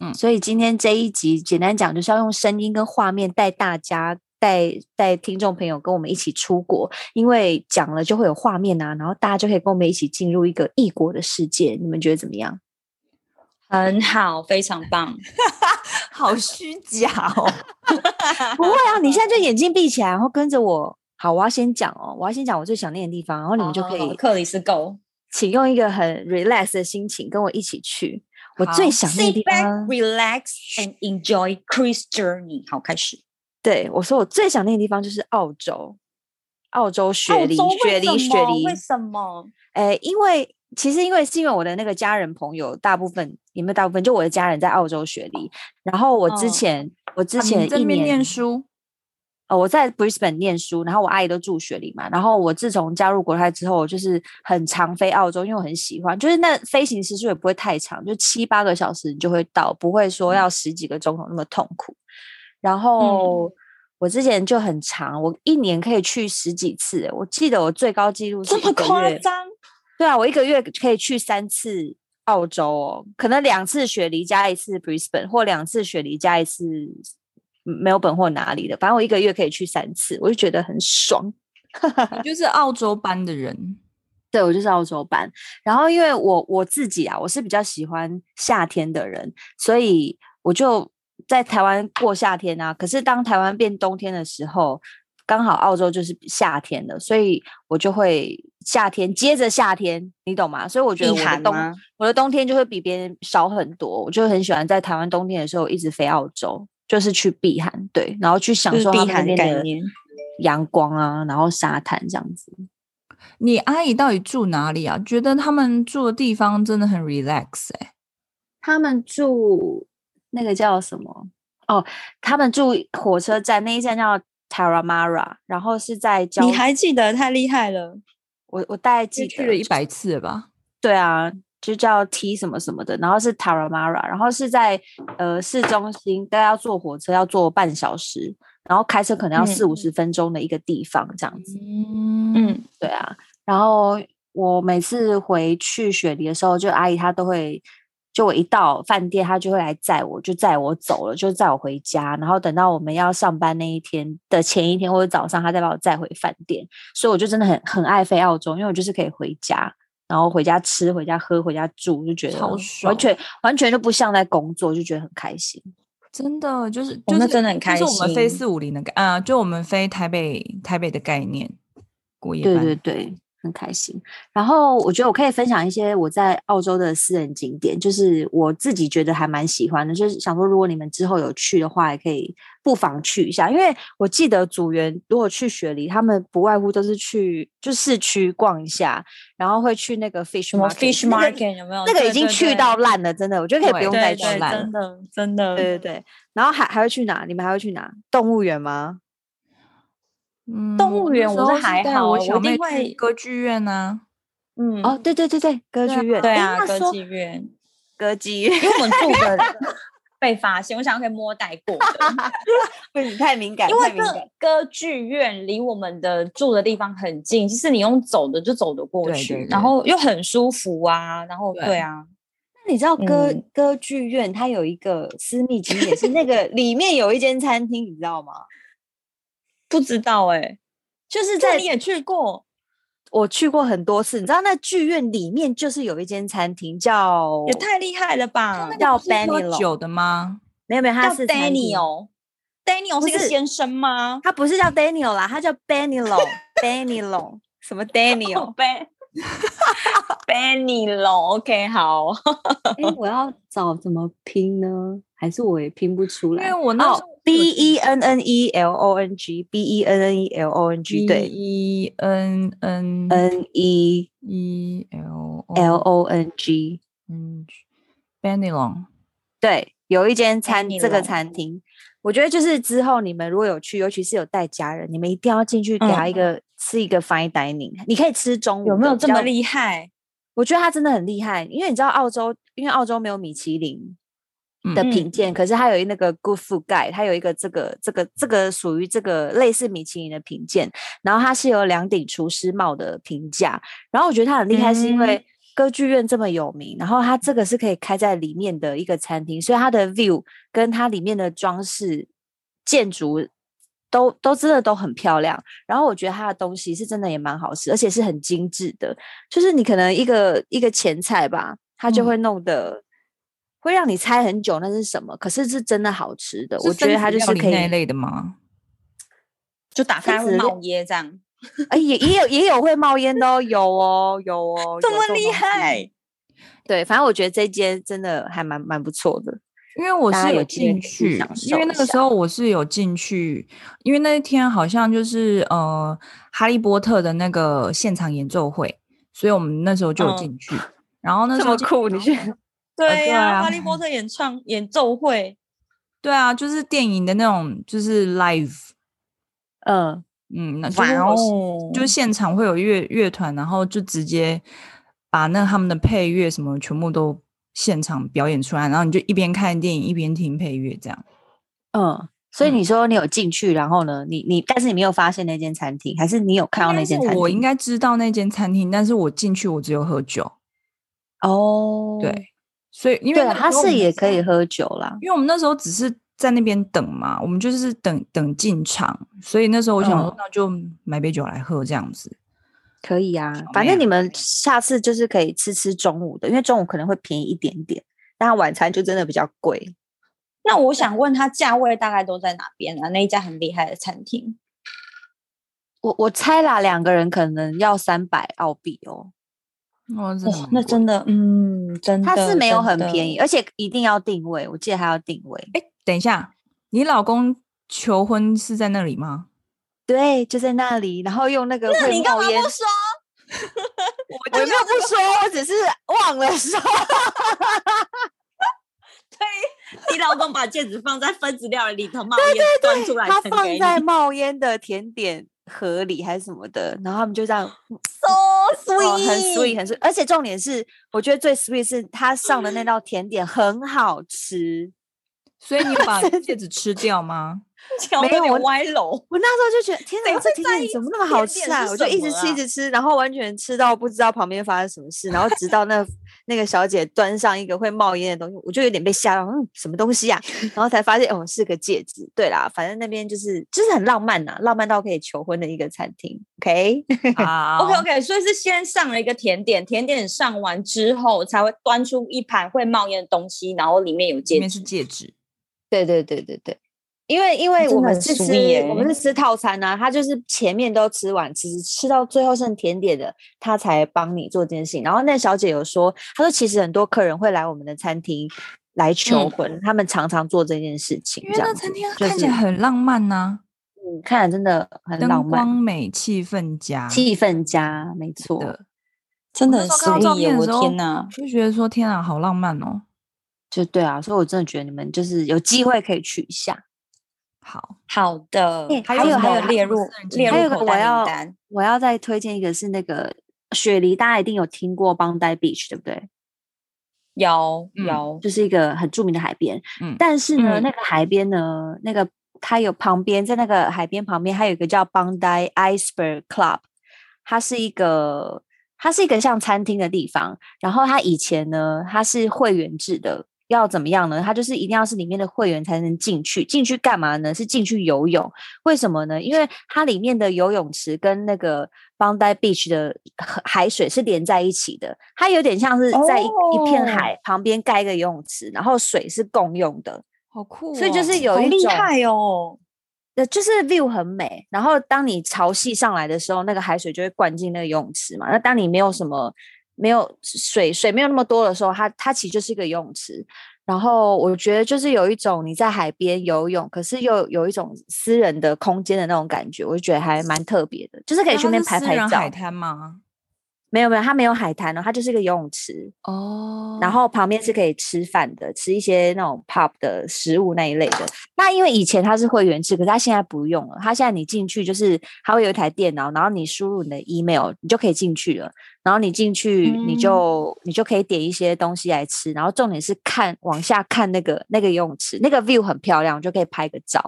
Speaker 1: 嗯
Speaker 3: 所以今天这一集简单讲，就是要用声音跟画面带大家。带带听众朋友跟我们一起出国，因为讲了就会有画面啊，然后大家就可以跟我们一起进入一个异国的世界，你们觉得怎 么样？
Speaker 2: 很好，非常 棒。
Speaker 1: 好虚假哦。
Speaker 3: 不会啊，你现在就眼睛闭起来，然后跟着我。好，我要先讲哦，我要先讲我最想念的地方，然后你们就可以，
Speaker 2: 克里斯 Go
Speaker 3: 请用一个很 relax 的心情跟我一起去。我最
Speaker 1: 好
Speaker 3: 想念的
Speaker 2: sit
Speaker 3: 地
Speaker 2: back,
Speaker 3: 方，
Speaker 2: relax and enjoy Chris journey。好，开始。
Speaker 3: 对我说，我最想念的地方就是澳洲，澳洲
Speaker 2: 啊
Speaker 3: 雪梨，雪梨，雪梨，
Speaker 2: 为什么？
Speaker 3: 呃，因为其实因为是因为我的那个家人朋友，大部分也没有大部分，就我的家人在澳洲学历。然后我之
Speaker 2: 嗯
Speaker 3: 前、我之
Speaker 1: 啊
Speaker 3: 前
Speaker 1: 你在
Speaker 3: 一
Speaker 1: 那边
Speaker 3: 年
Speaker 1: 念，书，
Speaker 3: 呃，我在 Brisbane 念书，然后我阿姨都住雪梨嘛。然后我自从加入国泰之后，我就是很常飞澳洲，因为我很喜欢，就是那飞行时速也不会太长，就七八个小时你就会到，不会
Speaker 1: 嗯
Speaker 3: 说要十几个钟头那么痛苦。然后。
Speaker 1: 嗯
Speaker 3: 我之前就很长，我一年可以去十几次。我记得我最高纪录是
Speaker 2: 这
Speaker 3: 一
Speaker 2: 么
Speaker 3: 个
Speaker 2: 夸
Speaker 3: 月
Speaker 2: 张？
Speaker 3: 对啊，我一个月可以去三次澳洲哦，可能两次雪梨加一次 Brisbane，或两次雪梨加一次 Melbourne 或哪里的，反正我一个月可以去三次，我就觉得很爽。
Speaker 1: 你就是澳洲班的人。
Speaker 3: 对，我就是澳洲班。然后因为我我自己啊，我是比较喜欢夏天的人，所以我就在台湾过夏天啊。可是当台湾变冬天的时候，刚好澳洲就是夏天了，所以我就会夏天接着夏天，你懂吗？所以我觉得
Speaker 2: 意
Speaker 3: 我的
Speaker 2: 涵
Speaker 3: 冬
Speaker 2: 吗？
Speaker 3: 我的冬天就会比别人少很多，我就很喜欢在台湾冬天的时候一直飞澳洲，就是去避寒，对，然后去享
Speaker 2: 就是
Speaker 3: 受他
Speaker 2: 避
Speaker 3: 们那
Speaker 2: 寒概
Speaker 3: 边的
Speaker 2: 念
Speaker 3: 阳光啊，然后沙滩这样子。
Speaker 1: 你阿姨到底住哪里啊？觉得他们住的地方真的很 relax 哎、
Speaker 3: 他们住那个叫什么？哦，他们住火车站那一站叫 Taramara，然后是在交
Speaker 2: 你还记得？太厉害了！
Speaker 3: 我我大概
Speaker 1: 就
Speaker 3: 记
Speaker 1: 去
Speaker 3: 得
Speaker 1: 了一百次了吧？
Speaker 3: 对啊，就叫 T 什么什么的，然后是 Taramara，然后是在呃市中心，大概要坐火车要坐半小时，然后开车可能要
Speaker 2: 嗯
Speaker 3: 四五十分钟的一个地方这样子。
Speaker 1: 嗯嗯，
Speaker 2: 嗯，
Speaker 3: 对啊，然后我每次回去雪梨的时候，就阿姨她都会就我一到饭店，他就会来载我，就载我走了，就载我回家。然后等到我们要上班那一天的前一天或者早上，他再把我载回饭店。所以我就真的很很爱飞澳洲，因为我就是可以回家，然后回家吃、回家喝、回家住，就觉得
Speaker 1: 超
Speaker 3: 完
Speaker 1: 爽
Speaker 3: 全完全就不像在工作，就觉得很开心。
Speaker 1: 真的就是
Speaker 2: 哦
Speaker 1: 就是、
Speaker 2: 那真的很开
Speaker 1: 就是我们飞
Speaker 2: 心
Speaker 1: 四五零的概啊、就我们飞台北台北的概念，过夜
Speaker 3: 对
Speaker 1: 班
Speaker 3: 对对，很开心。然后我觉得我可以分享一些我在澳洲的私人景点，就是我自己觉得还蛮喜欢的，就是想说如果你们之后有去的话，也可以不妨去一下，因为我记得组员如果去雪梨，他们不外乎都是去就市区逛一下，然后会去那个 fish
Speaker 2: 什么
Speaker 3: market
Speaker 2: fish
Speaker 3: 那个
Speaker 2: market 有没有？
Speaker 3: 那个
Speaker 2: 对
Speaker 3: 已经
Speaker 2: 对
Speaker 3: 去
Speaker 2: 对
Speaker 3: 到烂了，真的，我觉得可以不
Speaker 1: 对
Speaker 3: 用
Speaker 2: 对
Speaker 3: 再
Speaker 2: 对，
Speaker 3: 去烂了
Speaker 2: 真。的真的，
Speaker 3: 对对对，然后还还会去哪？你们还会去哪？动物园吗？
Speaker 1: 嗯，
Speaker 2: 动物
Speaker 1: 那
Speaker 2: 园
Speaker 1: 时
Speaker 2: 我是
Speaker 1: 候
Speaker 2: 还
Speaker 1: 带
Speaker 2: 好
Speaker 1: 我
Speaker 2: 我
Speaker 1: 小
Speaker 2: 一定
Speaker 1: 妹去
Speaker 2: 会
Speaker 1: 歌剧院啊，
Speaker 2: 嗯，
Speaker 3: 哦，对对对对，歌
Speaker 1: 对啊
Speaker 3: 剧院。
Speaker 2: 对
Speaker 3: 诶
Speaker 2: 啊，
Speaker 3: 那
Speaker 2: 歌
Speaker 3: 说
Speaker 2: 剧院，
Speaker 3: 歌剧院，
Speaker 2: 因为我们住 的被发现，我想可以摸带过的，
Speaker 3: 不是你太敏感，
Speaker 2: 因
Speaker 3: 太
Speaker 2: 为
Speaker 3: 敏感
Speaker 2: 歌。歌剧院离我们的住的地方很近，其实你用走的就走得过
Speaker 1: 对
Speaker 2: 去，
Speaker 1: 对对
Speaker 2: 然后又很舒服啊，然后
Speaker 1: 对
Speaker 2: 对啊，
Speaker 3: 那你知道歌、
Speaker 2: 嗯
Speaker 3: 歌剧院它有一个私密景点，是那个里面有一间餐厅，你知道吗？
Speaker 2: 不知道哎、
Speaker 3: 就是
Speaker 2: 这
Speaker 3: 在
Speaker 2: 你也去过
Speaker 3: 我去过很多次，你知道那剧院里面就是有一间餐厅叫
Speaker 2: 也太厉害了吧？
Speaker 3: 个叫
Speaker 1: 不是喝
Speaker 3: Benny
Speaker 1: 酒的吗？
Speaker 3: 没有没有，它
Speaker 2: 叫
Speaker 3: 是餐厅
Speaker 2: Daniel，Daniel
Speaker 3: 不
Speaker 2: 是一个
Speaker 3: 是
Speaker 2: 先生吗？
Speaker 3: 它不是叫 Daniel 啦，它叫 Benilo，Benilo 什么 Daniel？
Speaker 2: Ben Benilo，OK，好，
Speaker 3: 哎、我要找怎么拼呢？还是我也拼不出
Speaker 1: 因为我那时候
Speaker 3: 哦，B E N N E L O N G，B E N N E L O N G，对
Speaker 1: E N N
Speaker 3: ，N E
Speaker 1: E L
Speaker 3: L O N G。
Speaker 1: N G Benelong，
Speaker 3: 对，有一间餐
Speaker 2: 你
Speaker 3: 这个
Speaker 2: 了
Speaker 3: 餐厅，我觉得就是之后你们如果有去，尤其是有带家人，你们一定要进去给他一个、吃一个 fine dining，你可以吃中午
Speaker 2: 嗯有没
Speaker 3: 的
Speaker 2: 有
Speaker 3: 比
Speaker 2: 这么
Speaker 3: 较
Speaker 2: 厉害？
Speaker 3: 我觉得他真的很厉害，因为你知道澳洲，因为澳洲没有米其林的评
Speaker 2: 嗯
Speaker 3: 鉴，可是它有一那个 Good Food Guide，它有一个这个这个这个属于这个类似米其林的评鉴，然后它是有两顶厨师帽的评价，然后我觉得他很厉害，是因为
Speaker 2: 嗯
Speaker 3: 歌剧院这么有名，然后它这个是可以开在里面的一个餐厅，所以它的 view 跟它里面的装饰建筑。都都真的都很漂亮，然后我觉得它的东西是真的也蛮好吃，而且是很精致的。就是你可能一个一个前菜吧，它就
Speaker 1: 嗯
Speaker 3: 会弄得、会让你猜很久那是什么，可是是真的好吃的。我
Speaker 1: 是
Speaker 3: 觉得
Speaker 1: 分
Speaker 3: 它
Speaker 1: 子
Speaker 3: 就
Speaker 1: 料
Speaker 3: 是
Speaker 1: 理
Speaker 3: 可以
Speaker 1: 那一，类的吗？
Speaker 2: 就打开
Speaker 3: 分
Speaker 2: 会
Speaker 3: 子料
Speaker 2: 冒烟这样，
Speaker 3: 哎、也也有也有会冒烟的哦，有哦有哦，
Speaker 2: 这
Speaker 3: 有
Speaker 2: 么
Speaker 3: 种
Speaker 2: 厉
Speaker 3: 东西
Speaker 2: 害？
Speaker 3: 对，反正我觉得这间真的还蛮蛮不错的。
Speaker 1: 因为我
Speaker 3: 大家
Speaker 1: 是
Speaker 3: 有机会
Speaker 1: 进
Speaker 3: 可以去
Speaker 1: 去
Speaker 3: 享，
Speaker 1: 因为
Speaker 3: 受
Speaker 1: 那
Speaker 3: 一
Speaker 1: 个时
Speaker 3: 下
Speaker 1: 候我是有进去，因为那一天好像就是呃《哈利波特》的那个现场演奏会，所以我们那时候就有
Speaker 2: 嗯
Speaker 1: 进去。然后那时
Speaker 3: 哦这
Speaker 1: 候
Speaker 3: 么
Speaker 1: 进
Speaker 3: 酷，你去哦
Speaker 2: 对呀、
Speaker 1: 对啊
Speaker 2: 哈利波特演唱演奏会，
Speaker 1: 对啊，就是电影的那种，就是 live，
Speaker 3: 嗯，
Speaker 1: 嗯，那就是我是
Speaker 3: 哦
Speaker 1: 就是现场会有乐乐团，然后就直接把那他们的配乐什么全部都现场表演出来，然后你就一边看电影一边听配乐这样。
Speaker 3: 嗯。所以
Speaker 1: 嗯
Speaker 3: 你说你有进去，然后呢，你你，但是你没有发现那间餐厅，还是你有看到那
Speaker 1: 但是
Speaker 3: 间餐厅？
Speaker 1: 我应该知道那间餐厅，但是我进去我只有喝酒，
Speaker 3: 哦，
Speaker 1: 对，所以因为
Speaker 3: 对
Speaker 1: 那
Speaker 3: 了，
Speaker 1: 时
Speaker 3: 它
Speaker 1: 候我
Speaker 3: 是
Speaker 1: 们
Speaker 3: 也
Speaker 1: 是
Speaker 3: 可以喝酒啦。
Speaker 1: 因为我们那时候只是在那边等嘛，我们就是等等进场，所以那时候我想说
Speaker 3: 嗯
Speaker 1: 那就买杯酒来喝这样子。
Speaker 3: 可以啊
Speaker 1: 小，
Speaker 3: 反
Speaker 1: 妹
Speaker 3: 正
Speaker 1: 啊
Speaker 3: 你们下次就是可以吃吃中午的，因为中午可能会便宜一点点，但晚餐就真的比较贵。
Speaker 2: 那我想问他价位大概都在哪边啊？那一家很厉害的餐厅，
Speaker 3: 我我猜啦，两个人可能要三百澳币哦，
Speaker 1: 哇，真的
Speaker 2: 哇
Speaker 1: 蛮，
Speaker 2: 那
Speaker 1: 贵
Speaker 2: 真的，嗯，真的，
Speaker 3: 它是没有
Speaker 2: 真
Speaker 3: 很
Speaker 2: 的
Speaker 3: 便宜，而且一定要定位，我记得还要定位。
Speaker 1: 哎，等一下，你老公求婚是在那里吗？
Speaker 3: 对，就在那里，然后用那个
Speaker 2: 那
Speaker 3: 会
Speaker 2: 你干
Speaker 3: 冒
Speaker 2: 嘛
Speaker 3: 烟
Speaker 2: 不，说？
Speaker 3: 我没有不说，我只是忘了说。
Speaker 2: 对，你老公把戒指放在分子料理里头，冒烟端出来
Speaker 3: 它
Speaker 2: 呈给
Speaker 3: 放
Speaker 2: 你
Speaker 3: 在冒烟的甜点盒里还是什么的，然后他们就这样
Speaker 2: so
Speaker 3: 哦，很
Speaker 2: sweet，
Speaker 3: sweet，很 sweet，而且重点是，我觉得最 sweet 是他上的那道甜点很好吃。
Speaker 1: 所以你有把 戒指吃掉 吗？
Speaker 2: 巧
Speaker 3: 没
Speaker 2: 有
Speaker 3: 有我
Speaker 2: 点歪楼。
Speaker 3: 我那时候就觉得，天
Speaker 2: 谁
Speaker 3: 哪，
Speaker 2: 会
Speaker 3: 这甜
Speaker 2: 在
Speaker 3: 点
Speaker 2: 意
Speaker 3: 怎么那
Speaker 2: 这
Speaker 3: 么好
Speaker 2: 甜
Speaker 3: 吃
Speaker 2: 点
Speaker 3: 啊？
Speaker 2: 是
Speaker 3: 我就
Speaker 2: 什
Speaker 3: 一直
Speaker 2: 么
Speaker 3: 吃，一
Speaker 2: 啊
Speaker 3: 直吃，然后完全吃到不知道旁边发生什么事，然后直到那那个小姐端上一个会冒烟的东西，我就有点被吓到，嗯，什么东 西呀、然后才发现哦，是个戒指。对啦，反正那边就是就是很浪漫呐、浪漫到可以求婚的一个餐厅。OK，
Speaker 1: 好
Speaker 2: OK OK，所以是先上了一个甜点，甜点上完之后才会端出一盘会冒烟的东西，然后里面有
Speaker 1: 里
Speaker 2: 戒
Speaker 1: 面
Speaker 2: 指。
Speaker 1: 是戒指，
Speaker 3: 对对对对对，因为因为
Speaker 2: 真
Speaker 3: 我
Speaker 2: 的
Speaker 3: 们
Speaker 2: 很
Speaker 3: 是吃
Speaker 2: 熟意耶
Speaker 3: 我们是吃套餐呐、啊，他就是前面都吃完，其实吃到最后剩甜点的，他才帮你做这件事情。然后那小姐有说，她说其实很多客人会来我们的餐厅来求
Speaker 2: 嗯
Speaker 3: 婚，他们常常做这件事情，
Speaker 1: 因为
Speaker 3: 这
Speaker 1: 那
Speaker 3: 样子
Speaker 1: 餐厅
Speaker 3: 就
Speaker 1: 看起来
Speaker 3: 是
Speaker 1: 很浪漫呐、
Speaker 3: 嗯看来真的很浪
Speaker 1: 灯光
Speaker 3: 漫，啊
Speaker 1: 美，气氛佳。
Speaker 3: 气氛佳，没错，
Speaker 1: 的，
Speaker 2: 真的
Speaker 1: 我
Speaker 2: 很
Speaker 1: 那时候看到照
Speaker 2: 诗意耶！
Speaker 1: 片的
Speaker 2: 我
Speaker 1: 时候
Speaker 2: 天哪，
Speaker 1: 就觉得说天啊，好浪漫哦。
Speaker 3: 就对啊，所以我真的觉得你们就是有机会可以去一下。
Speaker 1: 好，
Speaker 2: 好的
Speaker 3: 哎，
Speaker 2: 还
Speaker 3: 还有
Speaker 2: 有
Speaker 3: 还有
Speaker 1: 还有
Speaker 2: 列入
Speaker 1: 私人景点
Speaker 2: 列
Speaker 3: 嗯还
Speaker 2: 入
Speaker 3: 有一个
Speaker 2: 口
Speaker 3: 我
Speaker 2: 袋
Speaker 3: 要
Speaker 2: 名单。
Speaker 3: 我要再推荐一个是那个雪梨，大家一定有听过邦代 beach，对不对？
Speaker 2: 有
Speaker 1: 嗯
Speaker 2: 有，
Speaker 3: 就是一个很著名的海边。
Speaker 1: 嗯
Speaker 3: 但是呢，
Speaker 2: 嗯
Speaker 3: 那个海边呢，那个它有旁边，在那个海边旁边还有一个叫邦代 Iceberg Club，它是一个它是一个像餐厅的地方。然后它以前呢，它是会员制的。要怎么样呢？它就是一定要是里面的会员才能进去。进去干嘛呢？是进去游泳。为什么呢？因为它里面的游泳池跟那个邦代 beach 的河海水是连在一起的，它有点像是在一、一片
Speaker 2: 哦
Speaker 3: 海旁边盖一个游泳池，然后水是共用的，
Speaker 1: 好酷、哦。
Speaker 3: 所以就是有
Speaker 2: 好
Speaker 3: 一
Speaker 2: 厉
Speaker 3: 种
Speaker 2: 害哦！
Speaker 3: 呃，就是 view 很美。然后当你潮汐上来的时候，那个海水就会灌进那个游泳池嘛。那当你没有什么没有水水没有那么多的时候，它它其实就是一个游泳池。然后我觉得就是有一种你在海边游泳，可是又有一种私人的空间的那种感觉，我就觉得还蛮特别的，就是可以
Speaker 1: 那
Speaker 3: 去
Speaker 1: 它
Speaker 3: 那边
Speaker 1: 是
Speaker 3: 拍
Speaker 1: 私
Speaker 3: 拍
Speaker 1: 人
Speaker 3: 照
Speaker 1: 海。滩吗？
Speaker 3: 没有没有，它没有海滩哦，它就是一个游泳池。
Speaker 1: 哦
Speaker 3: 然后旁边是可以吃饭的，吃一些那种 pub 的食物那一类的。那因为以前它是会员制，可是它现在不用了。它现在你进去就是它会有一台电脑，然后你输入你的 email，你就可以进去了。然后你进去，你
Speaker 2: 嗯
Speaker 3: 就、你就可以点一些东西来吃。然后重点是看往下看那个那个游泳池，那个 view 很漂亮，就可以拍个照。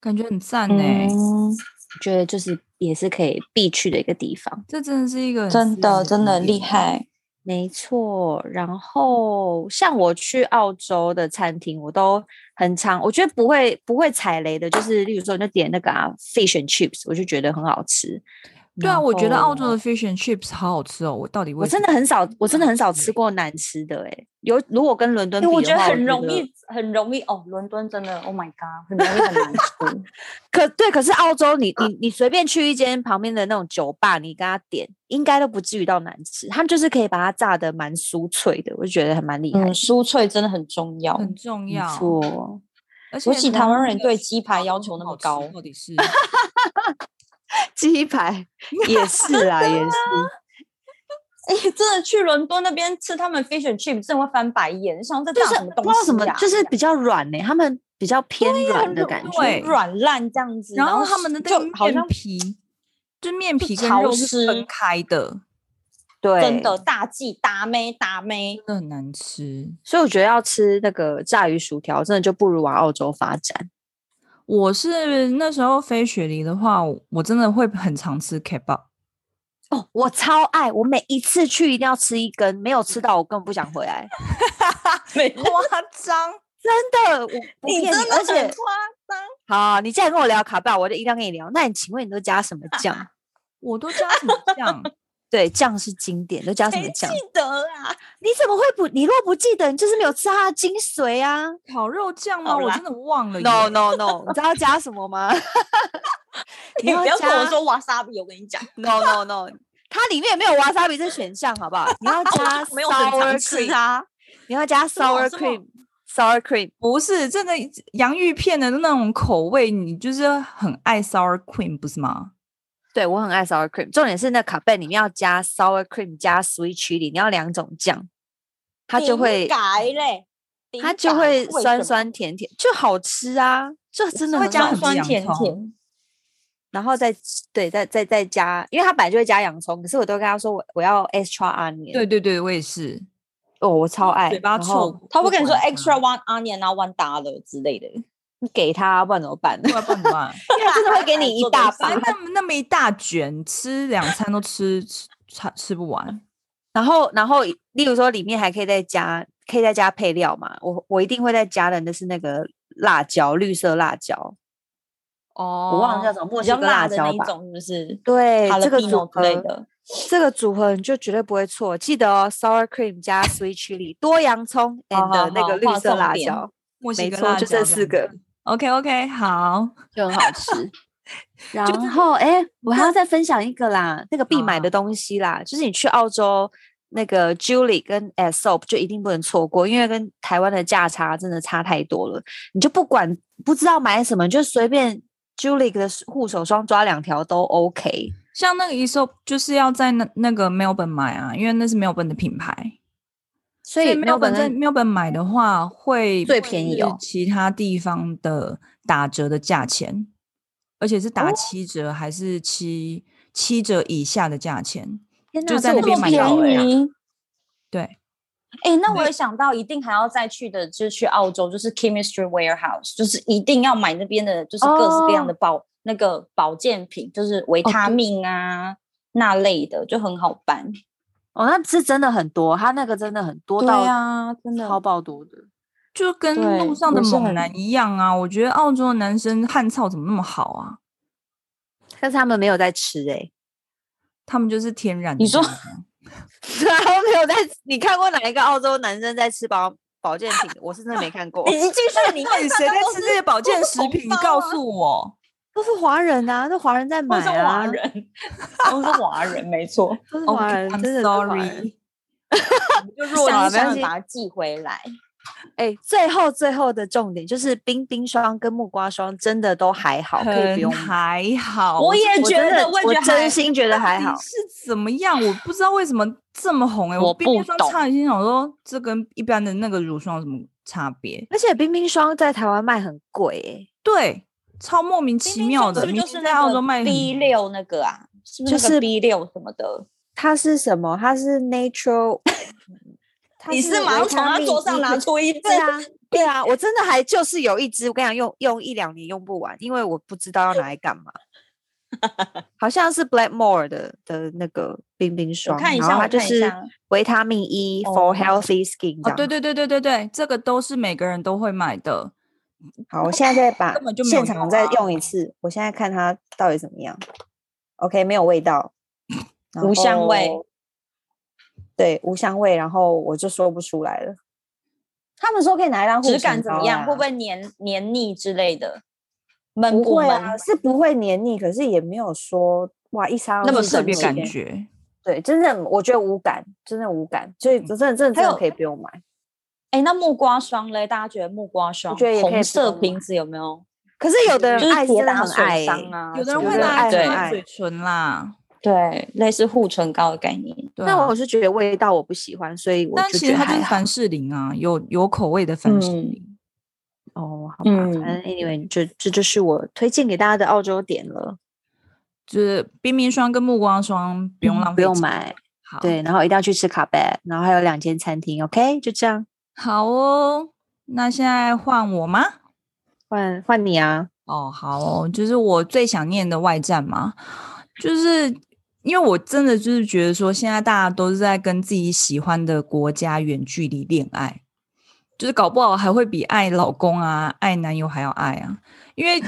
Speaker 1: 感觉很赞呢、
Speaker 2: 嗯，
Speaker 3: 觉得就是也是可以必去的一个地方。
Speaker 1: 这真的是一个很私
Speaker 2: 真
Speaker 1: 人
Speaker 2: 的真的很
Speaker 1: 景点
Speaker 2: 厉。害。
Speaker 3: 没错，然后像我去澳洲的餐厅，我都很常，我觉得不会不会踩雷的，就是例如说，你就点那个啊 fish and chips，我就觉得很好吃。
Speaker 1: 对啊，
Speaker 3: 然
Speaker 1: 我觉得澳洲的
Speaker 3: 后
Speaker 1: fish and chips 好好吃哦。我到底为
Speaker 3: 我
Speaker 1: 什
Speaker 3: 真的
Speaker 1: 么
Speaker 3: 很少，我真的很少
Speaker 1: 对
Speaker 3: 吃过难吃的诶、欸有如果跟伦敦
Speaker 2: 因
Speaker 3: 比
Speaker 2: 为
Speaker 3: 的话，
Speaker 2: 哎我觉得很容
Speaker 3: 得
Speaker 2: 易，很容易哦。伦敦真的，Oh my God，很容易很难吃。
Speaker 3: 可对，可是澳洲你你你随便去一间旁边的那种酒吧，你跟他点，应该都不至于到难吃。他们就是可以把它炸的蛮酥脆的，我就觉得还蛮厉害的。
Speaker 2: 嗯，酥脆真的很重要。
Speaker 1: 很重
Speaker 3: 没
Speaker 1: 要，
Speaker 3: 错。
Speaker 1: 而且
Speaker 2: 尤其
Speaker 1: 台
Speaker 2: 台湾
Speaker 1: 湾
Speaker 2: 人
Speaker 1: 的
Speaker 2: 对
Speaker 1: 鸡
Speaker 2: 鸡排要求那么
Speaker 1: 好吃
Speaker 2: 高，
Speaker 1: 到底是
Speaker 3: 鸡 排也是啊，也 是。
Speaker 2: 哎、真的去伦敦那边吃他们 fish and chips，真的会翻白眼，想这
Speaker 3: 就
Speaker 2: 叫
Speaker 3: 是
Speaker 2: 什么
Speaker 3: 不
Speaker 2: 东
Speaker 3: 知道
Speaker 2: 西、啊
Speaker 3: 什么，
Speaker 2: 呀？
Speaker 3: 就是比较软呢、他们比较偏软的
Speaker 2: 很
Speaker 3: 感
Speaker 1: 对
Speaker 3: 觉。
Speaker 2: 软烂这样子，
Speaker 1: 然后
Speaker 2: 后
Speaker 1: 他们的那
Speaker 2: 就
Speaker 1: 个
Speaker 2: 好像
Speaker 1: 面皮，就面
Speaker 2: 就
Speaker 1: 皮跟
Speaker 2: 潮
Speaker 1: 肉是分
Speaker 2: 湿
Speaker 1: 开的，
Speaker 3: 对，
Speaker 2: 真的。大忌打妹打妹
Speaker 1: 真，的很难吃。
Speaker 3: 所以我觉得要吃那个炸鱼薯条，真的就不如往澳洲发展。
Speaker 1: 我是那时候飞雪梨的话，我真的会很常吃 kebab。
Speaker 3: 哦，我超爱，我每一次去一定要吃一根，没有吃到我根本不想回来。
Speaker 1: 夸张，
Speaker 3: 真的，我不
Speaker 2: 你
Speaker 3: 骗
Speaker 2: 真
Speaker 3: 你。
Speaker 2: 的
Speaker 3: 而
Speaker 2: 很夸
Speaker 3: 且，
Speaker 2: 张。
Speaker 3: 好，你既然跟我聊卡巴，我就一定要跟你聊。那你请问你都加什么 酱？
Speaker 1: 我都加什么酱？
Speaker 3: 对，酱是经典，都加什么
Speaker 2: 谁记
Speaker 3: 酱？
Speaker 2: 得啊？
Speaker 3: 你怎么会不？你若不记得，你就是没有吃到它的精髓啊！
Speaker 1: 烤肉酱吗？
Speaker 2: 好
Speaker 1: 我
Speaker 2: 啦
Speaker 1: 真的忘了耶。
Speaker 3: No no no，你知道加什么吗？
Speaker 2: 你不要跟
Speaker 3: 加
Speaker 2: 我说瓦萨比，我跟你讲，
Speaker 3: no no no，它里面没有 wasabi 这选项，好不好？你要加
Speaker 2: 哦没有很
Speaker 3: sour
Speaker 2: 常吃
Speaker 3: cream，
Speaker 2: 啊。
Speaker 3: 你要加
Speaker 2: 么
Speaker 3: sour
Speaker 2: 什么
Speaker 3: cream sour cream。
Speaker 1: 不是真的洋芋片的那种口味，你就是很爱 sour cream 不是吗？
Speaker 3: 对我很爱 sour cream，重点是那卡贝里面要加 sour cream 加 sweet chili，你要两种酱，它就会
Speaker 2: 改嘞，
Speaker 3: 它就
Speaker 2: 顶
Speaker 3: 会
Speaker 2: 改为
Speaker 3: 酸
Speaker 2: 什么
Speaker 3: 酸甜甜，就好吃啊！这真的
Speaker 1: 会
Speaker 3: 很
Speaker 1: 加很
Speaker 2: 酸
Speaker 3: 好吃
Speaker 1: 多
Speaker 2: 酸
Speaker 1: 洋
Speaker 2: 甜
Speaker 1: 葱
Speaker 2: 甜。
Speaker 3: 然后再对再再再加，因为它本来就会加洋葱，可是我都跟他说我我要 extra onion。
Speaker 1: 对对对，我也是，
Speaker 3: 哦，我超爱，
Speaker 1: 嘴巴
Speaker 3: 然后
Speaker 1: 臭，
Speaker 2: 他会跟你说
Speaker 1: 管它
Speaker 2: extra one onion 啊，one dollar 之类的。
Speaker 3: 你给他，不然怎么办？
Speaker 1: 不然不然怎么办？
Speaker 3: 因为真的会给你一
Speaker 2: 做
Speaker 3: 大
Speaker 2: 东西
Speaker 3: 把
Speaker 1: 反正那么那么一大卷，吃两餐都吃吃吃不完。
Speaker 3: 然后，然后，例如说里面还可以再加，可以再加配料嘛？我我一定会再加的，那是那个辣椒，绿色辣椒，
Speaker 2: 哦
Speaker 3: 我忘了叫什么墨
Speaker 2: 比
Speaker 3: 西
Speaker 2: 较
Speaker 3: 哥辣
Speaker 2: 辣的
Speaker 3: 椒
Speaker 2: 那一
Speaker 3: 吧
Speaker 2: 种，是不是？
Speaker 3: 对，这个
Speaker 2: Jalapeno
Speaker 3: 组
Speaker 2: 之类
Speaker 3: 合
Speaker 2: 的，
Speaker 3: 这个组合你就绝对不会错。记得哦，sour cream 加 sweet chili 多洋葱
Speaker 2: 好
Speaker 3: and 呃
Speaker 2: 好
Speaker 3: 那
Speaker 2: 好
Speaker 3: 个绿
Speaker 2: 划
Speaker 3: 色
Speaker 2: 重
Speaker 3: 辣
Speaker 2: 点
Speaker 3: 椒，
Speaker 1: 墨西
Speaker 3: 没
Speaker 1: 哥
Speaker 3: 错，
Speaker 1: 辣
Speaker 3: 就
Speaker 1: 椒
Speaker 3: 这
Speaker 1: 这
Speaker 3: 四
Speaker 1: 样
Speaker 3: 个
Speaker 1: 子。OK OK，好，
Speaker 3: 就很好吃。然后，哎、我还要再分享一个啦，那个必买的
Speaker 1: 啊
Speaker 3: 东西啦，就是你去澳洲那个 Julie 跟 a s o p 就一定不能错过，因为跟台湾的价差真的差太多了。你就不管不知道买什么，你就随便 Julie 的护手霜抓两条都 OK。
Speaker 1: 像那个 e s o p 就是要在那那个 Melbourne 买啊，因为那是 Melbourne 的品牌。
Speaker 3: 所以
Speaker 1: Melbourne 在
Speaker 3: 的
Speaker 1: Melbourne 买的话，会
Speaker 3: 最便宜哦
Speaker 1: 是其他地方的打折的价钱，而且是
Speaker 3: 哦
Speaker 1: 打七折还是七七折以下的价钱。
Speaker 3: 天
Speaker 1: 就
Speaker 3: 哪
Speaker 1: 在那
Speaker 3: 这么
Speaker 1: 边买到
Speaker 3: 便
Speaker 1: 了
Speaker 3: 宜
Speaker 1: 呀对，
Speaker 2: 哎、那我也想到，一定还要再去的，就是去澳洲，就是 Chemistry Warehouse，就是一定要买那边的，就是各式各样的保、那个保健品，就是维他命啊、那类的，就很好办。
Speaker 3: 哦，那是真的很多，它那个真的很多到
Speaker 2: 啊，真
Speaker 3: 超爆多的。
Speaker 1: 就跟路
Speaker 2: 对
Speaker 1: 上的
Speaker 2: 我是
Speaker 1: 猛
Speaker 2: 很
Speaker 1: 男一样啊！我觉得澳洲的男生汗臭怎么那么好啊？
Speaker 3: 但是他们没有在吃哎、
Speaker 1: 他们就是天然的
Speaker 2: 你
Speaker 1: 这
Speaker 2: 说，
Speaker 1: 样子 啊。
Speaker 3: 对啊，我没有在。你看过哪一个澳洲男生在吃保保健品？我是真的没看过
Speaker 2: 你继续，你
Speaker 1: 到底谁在吃这些保 健食品？你告诉我，
Speaker 3: 都是华人啊，都华人在买
Speaker 2: 都
Speaker 3: 啊，
Speaker 2: 是华，人，，Oh 都是华人，没错。
Speaker 3: 都是
Speaker 1: OK，
Speaker 3: 华人
Speaker 1: I'm
Speaker 3: 真的都是华人
Speaker 1: sorry
Speaker 2: 就
Speaker 3: 弱
Speaker 2: 想
Speaker 3: 了没关
Speaker 2: 想
Speaker 3: 系
Speaker 2: 把它寄回来。
Speaker 3: 哎、最后最后的重点就是冰冰霜跟木瓜霜真的都还好，可以不
Speaker 1: 很
Speaker 3: 用买。
Speaker 1: 还好。
Speaker 2: 我也
Speaker 3: 我
Speaker 2: 觉
Speaker 3: 真
Speaker 2: 得，
Speaker 3: 的，
Speaker 2: 我也
Speaker 3: 我
Speaker 2: 觉得还
Speaker 3: 真心觉得还
Speaker 1: 到底
Speaker 3: 好。
Speaker 1: 是怎么样？我不知道为什么这么红哎、
Speaker 2: 我
Speaker 1: 冰冰
Speaker 2: 不
Speaker 1: 霜
Speaker 2: 懂
Speaker 1: 差点心想说，这跟一般的那个乳霜有什么差别？
Speaker 3: 而且冰冰霜在台湾卖很贵、
Speaker 1: 对，超莫名
Speaker 2: 冰
Speaker 1: 其
Speaker 2: 冰
Speaker 1: 妙
Speaker 2: 霜
Speaker 1: 的。
Speaker 2: 是不
Speaker 1: 明
Speaker 2: 是就
Speaker 1: 明
Speaker 2: 是
Speaker 1: 在澳洲卖很
Speaker 2: B 六那个啊？是不是
Speaker 3: 就
Speaker 2: 那
Speaker 3: 是
Speaker 2: 个 B 六什么的？
Speaker 3: 它是什么？它是 natural，它嗯
Speaker 2: 你是马上
Speaker 3: 维
Speaker 2: 从
Speaker 3: 他
Speaker 2: 他
Speaker 3: 命 E
Speaker 2: 桌上
Speaker 3: B
Speaker 2: 拿出一支
Speaker 3: 对啊，对啊，我真的还就是有一支，我跟你讲，用用一两年用不完，因为我不知道要拿来干嘛。 好像是 Blackmore 的的那个冰冰霜，
Speaker 2: 看一
Speaker 3: 然后
Speaker 2: 下
Speaker 3: 它
Speaker 2: 我
Speaker 3: 就
Speaker 2: 看一
Speaker 3: 是
Speaker 2: 下
Speaker 3: 维他命 E for
Speaker 2: 哦
Speaker 3: healthy skin 这
Speaker 1: 哦，
Speaker 3: 样。
Speaker 1: 对对对对对对，这个都是每个人都会买的。
Speaker 3: 好，我现在再把
Speaker 1: 根本就没有
Speaker 3: 现
Speaker 1: 用
Speaker 3: 场再
Speaker 1: 啊
Speaker 3: 用一次，我现在看它到底怎么样。OK，没有 味道，然
Speaker 2: 无香味
Speaker 3: 后。对，无香味，然后我就说不出来了。他们说可以拿来当护
Speaker 2: 质
Speaker 3: 唇
Speaker 2: 感怎么
Speaker 3: 膏
Speaker 2: 样？会
Speaker 3: 啦
Speaker 2: 不会黏黏腻之类的？闷
Speaker 3: 不会
Speaker 2: 闷？
Speaker 3: 啊，是不会黏腻，可是也没有说哇一擦
Speaker 2: 那
Speaker 3: 上
Speaker 2: 么
Speaker 3: 去
Speaker 1: 特
Speaker 2: 神
Speaker 1: 别
Speaker 3: 就
Speaker 2: 奇
Speaker 1: 感
Speaker 3: 黏。
Speaker 1: 觉，
Speaker 3: 对，真正我觉得无感，真的无感，所以真的真的真
Speaker 2: 还
Speaker 3: 的
Speaker 2: 有
Speaker 3: 可以不用买，
Speaker 2: 哎，那木瓜霜嘞？大家觉得木瓜霜，
Speaker 3: 觉得也可以
Speaker 2: 红
Speaker 3: 不
Speaker 2: 色
Speaker 3: 用
Speaker 2: 瓶子有没有？
Speaker 3: 可是有 的
Speaker 2: 就
Speaker 3: 人
Speaker 2: 是
Speaker 3: 爱
Speaker 2: 铁
Speaker 3: 真的
Speaker 2: 打
Speaker 3: 很
Speaker 2: 水
Speaker 3: 爱
Speaker 2: 伤
Speaker 3: 欸
Speaker 2: 啊
Speaker 1: 有
Speaker 2: 之
Speaker 1: 的人
Speaker 2: 类，
Speaker 3: 有
Speaker 1: 会
Speaker 3: 的人
Speaker 1: 拿来
Speaker 3: 爱很
Speaker 1: 擦
Speaker 2: 对
Speaker 3: 爱
Speaker 1: 嘴唇啦。
Speaker 2: 对，类似护唇膏的概念。
Speaker 1: 对
Speaker 3: 但
Speaker 1: 啊
Speaker 3: 我是觉得味道我不喜欢，所以我
Speaker 1: 但
Speaker 3: 就
Speaker 1: 其实
Speaker 3: 觉得
Speaker 1: 它就
Speaker 3: 还
Speaker 1: 是
Speaker 3: 好。
Speaker 1: 凡士林啊，有有口味的凡士
Speaker 2: 嗯
Speaker 1: 林。
Speaker 3: 哦，好吧，反
Speaker 2: 嗯
Speaker 3: 正 anyway，这这就是我推荐给大家的澳洲点了，
Speaker 1: 就是冰冰霜跟木瓜霜不用
Speaker 3: 嗯
Speaker 1: 浪
Speaker 3: 不
Speaker 1: 费，
Speaker 3: 用。买。
Speaker 1: 哦好，
Speaker 3: 对，，然后一定要去吃卡贝，然后还有两间餐厅。OK，就这样，
Speaker 1: 好哦。那现在换我吗？
Speaker 3: 换换你啊。
Speaker 1: 哦，好哦，就是我最想念的外战嘛，就是因为我真的就是觉得说，现在大家都是在跟自己喜欢的国家远距离恋爱，就是搞不好还会比爱老公啊、爱男友还要爱啊，因为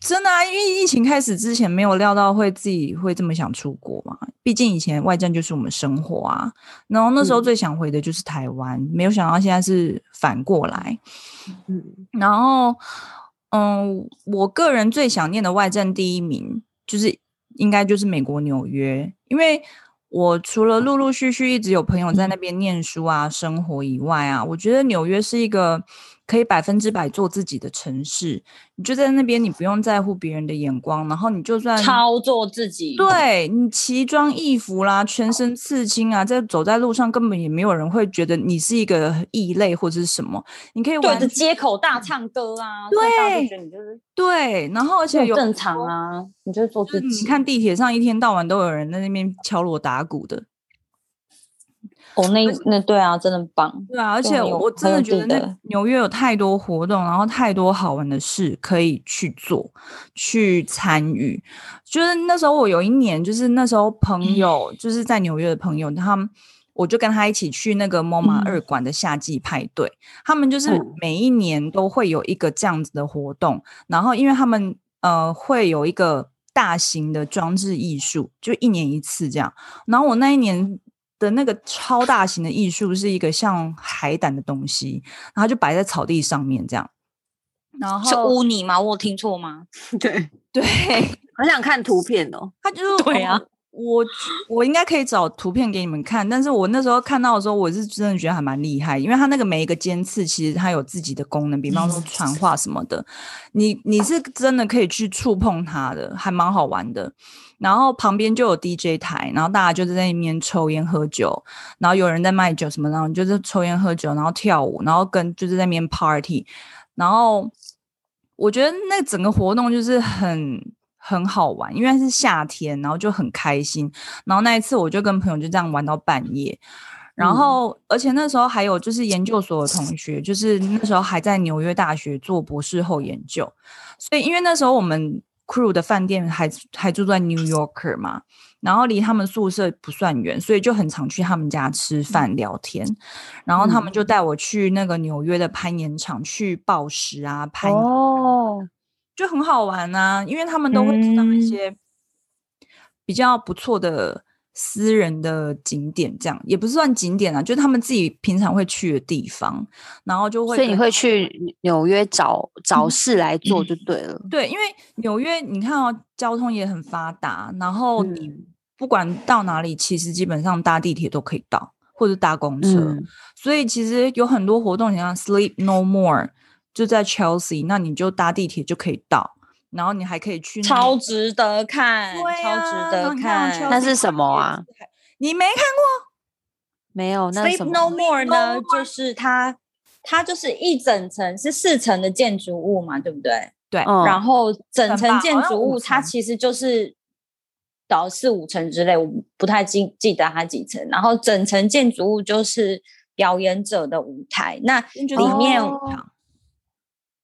Speaker 1: 真的啊，因为疫情开始之前没有料到会自己会这么想出国嘛，毕竟以前外战就是我们生活啊，然后那时候
Speaker 3: 嗯
Speaker 1: 最想回的就是台湾，没有想到现在是反过来，
Speaker 3: 嗯，
Speaker 1: 然后，嗯，我个人最想念的外战第一名，就是应该就是美国纽约，因为我除了陆陆续续一直有朋友在
Speaker 2: 嗯
Speaker 1: 那边念书啊、生活以外啊，我觉得纽约是一个可以百分之百做自己的城市。你就在那边，你不用在乎别人的眼光，然后你就算
Speaker 2: 操作自己，，
Speaker 1: 对你奇装异服啦，全身刺青啊，在走在路上根本也没有人会觉得你是一个异类或者是什么，你可以
Speaker 2: 对
Speaker 1: 完
Speaker 2: 着
Speaker 1: 全
Speaker 2: 街口大唱歌啊，这样大家就
Speaker 1: 对
Speaker 2: 觉得你就是
Speaker 1: 对，然后而且有
Speaker 2: 正
Speaker 1: 很
Speaker 2: 常
Speaker 1: 多，
Speaker 2: 啊，你就是做
Speaker 1: 就
Speaker 2: 自
Speaker 1: 是你
Speaker 2: 己。
Speaker 1: 看地铁上一天到晚都有人在那边敲锣打鼓的，
Speaker 2: 哦，那那对啊，真的很棒。
Speaker 1: 对啊，而
Speaker 2: 对
Speaker 1: 且
Speaker 2: 有
Speaker 1: 我真
Speaker 2: 很
Speaker 1: 的
Speaker 2: 有
Speaker 1: 觉得
Speaker 2: 地
Speaker 1: 那
Speaker 2: 的
Speaker 1: 纽约有太多活动，然后太多好玩的事可以去做、去参与。就是那时候我有一年，就是那时候
Speaker 2: 嗯
Speaker 1: 朋友就是在纽约的朋友，他们我就跟他一起去那个 MoMA
Speaker 2: 嗯哦
Speaker 1: 二馆的夏季派对，他们就是
Speaker 3: 嗯
Speaker 1: 每一年都会有一个这样子的活动，然后因为他们呃会有一个大型的装置艺术，就一年一次这样。然后我那一年的那个超大型的艺术是一个像海胆的东西，然后就摆在草地上面这样。然
Speaker 2: 是
Speaker 1: 后
Speaker 2: 污泥吗？我有听错吗？
Speaker 3: 对，
Speaker 1: 对，
Speaker 3: 很想看图片哦。
Speaker 1: 他 就是
Speaker 2: 对啊
Speaker 1: 哦我我应该可以找图片给你们看，但是我那时候看到的时候，我是真的觉得还蛮厉害，因为它那个每一个尖刺其实它有自己的功能，比方说
Speaker 2: 嗯
Speaker 1: 传话什么的，你你是真的可以去触碰它的，还蛮好玩的。然后旁边就有 DJ 台，然后大家就是在那边抽烟喝酒，然后有人在卖酒什么，然后你就是抽烟喝酒，然后跳舞，然后跟就是在那边 party，然后我觉得那整个活动就是很很好玩，因为是夏天，然后就很开心。然后那一次我就跟朋友就这样玩到半夜，然
Speaker 3: 嗯
Speaker 1: 后、而且那时候还有就是研究所的同学，就是那时候还在纽约大学做博士后研究，所以因为那时候我们 crew 的饭店还还住在 New Yorker 嘛。然后离他们宿舍不算远，所以就很常去他们家吃
Speaker 3: 嗯
Speaker 1: 饭聊天。然后他们就带我去那个纽约的攀岩场去暴食啊，攀岩
Speaker 3: 哦，
Speaker 1: 就很好玩呐、因为他们都会知道一
Speaker 2: 嗯
Speaker 1: 些比较不错的私人的景点，这样也不是算景点啊，就是他们自己平常会去的地方，然后就会
Speaker 3: 所以你
Speaker 1: 跟
Speaker 3: 会去纽约找找事来做就对了。
Speaker 1: 对，因为纽约你看哦，交通也很发达，然后你
Speaker 3: 嗯
Speaker 1: 不管到哪里，其实基本上搭地铁都可以到，或者搭公车。
Speaker 3: 嗯
Speaker 1: 所以其实有很多活动，你像 Sleep No More 就在 Chelsea，那你就搭地铁就可以到，然后你还可以去那个
Speaker 2: 超值得看，
Speaker 1: 对
Speaker 2: 超
Speaker 1: 啊
Speaker 2: 值
Speaker 1: 然后
Speaker 2: 得
Speaker 1: 你看哦 Chelsea
Speaker 2: 看。
Speaker 3: 那是什么啊？
Speaker 1: 你没看
Speaker 3: 没有，那是
Speaker 2: Sleep
Speaker 3: 什
Speaker 2: No
Speaker 3: 么？
Speaker 2: More
Speaker 1: No
Speaker 2: 呢
Speaker 1: More？
Speaker 2: 就是它，它就是一整层是四层的建筑物嘛，对不对？
Speaker 1: 对，
Speaker 3: 嗯
Speaker 2: 然后
Speaker 1: 层吧
Speaker 2: 整层
Speaker 1: 好
Speaker 2: 建
Speaker 1: 像
Speaker 2: 筑
Speaker 1: 五
Speaker 2: 物它
Speaker 1: 层
Speaker 2: 其实就是到四五层之类，我不太记记得它几层。然后整层建筑物就是表演者的舞台，那
Speaker 1: 就是
Speaker 2: 里面
Speaker 3: 哦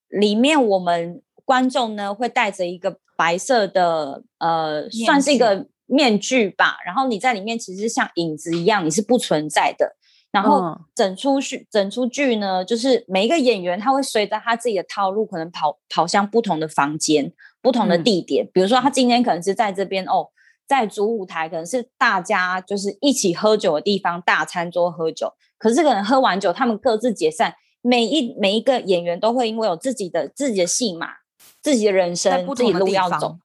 Speaker 2: 里面我们观众呢会戴着一个白色的呃，
Speaker 1: 面
Speaker 2: 算是一
Speaker 1: 具
Speaker 2: 个面具吧。然后你在里面其实像影子一样，你是不存在的。然后
Speaker 3: 嗯
Speaker 2: 整出剧，整出剧呢，就是每一个演员他会随着他自己的套路，可能跑跑向不同的房间、不同的
Speaker 3: 嗯
Speaker 2: 地点。比如说，他今天可能是在这边哦，在主舞台，可能是大家就是一起喝酒的地方，大餐桌喝酒。可是可能喝完酒，他们各自解散，每一每一个演员都会因为有自己的自己的戏码、自己的人
Speaker 1: 在
Speaker 2: 生、
Speaker 1: 不
Speaker 2: 自己
Speaker 1: 同的
Speaker 2: 路
Speaker 1: 地
Speaker 2: 要
Speaker 1: 方，
Speaker 2: 走，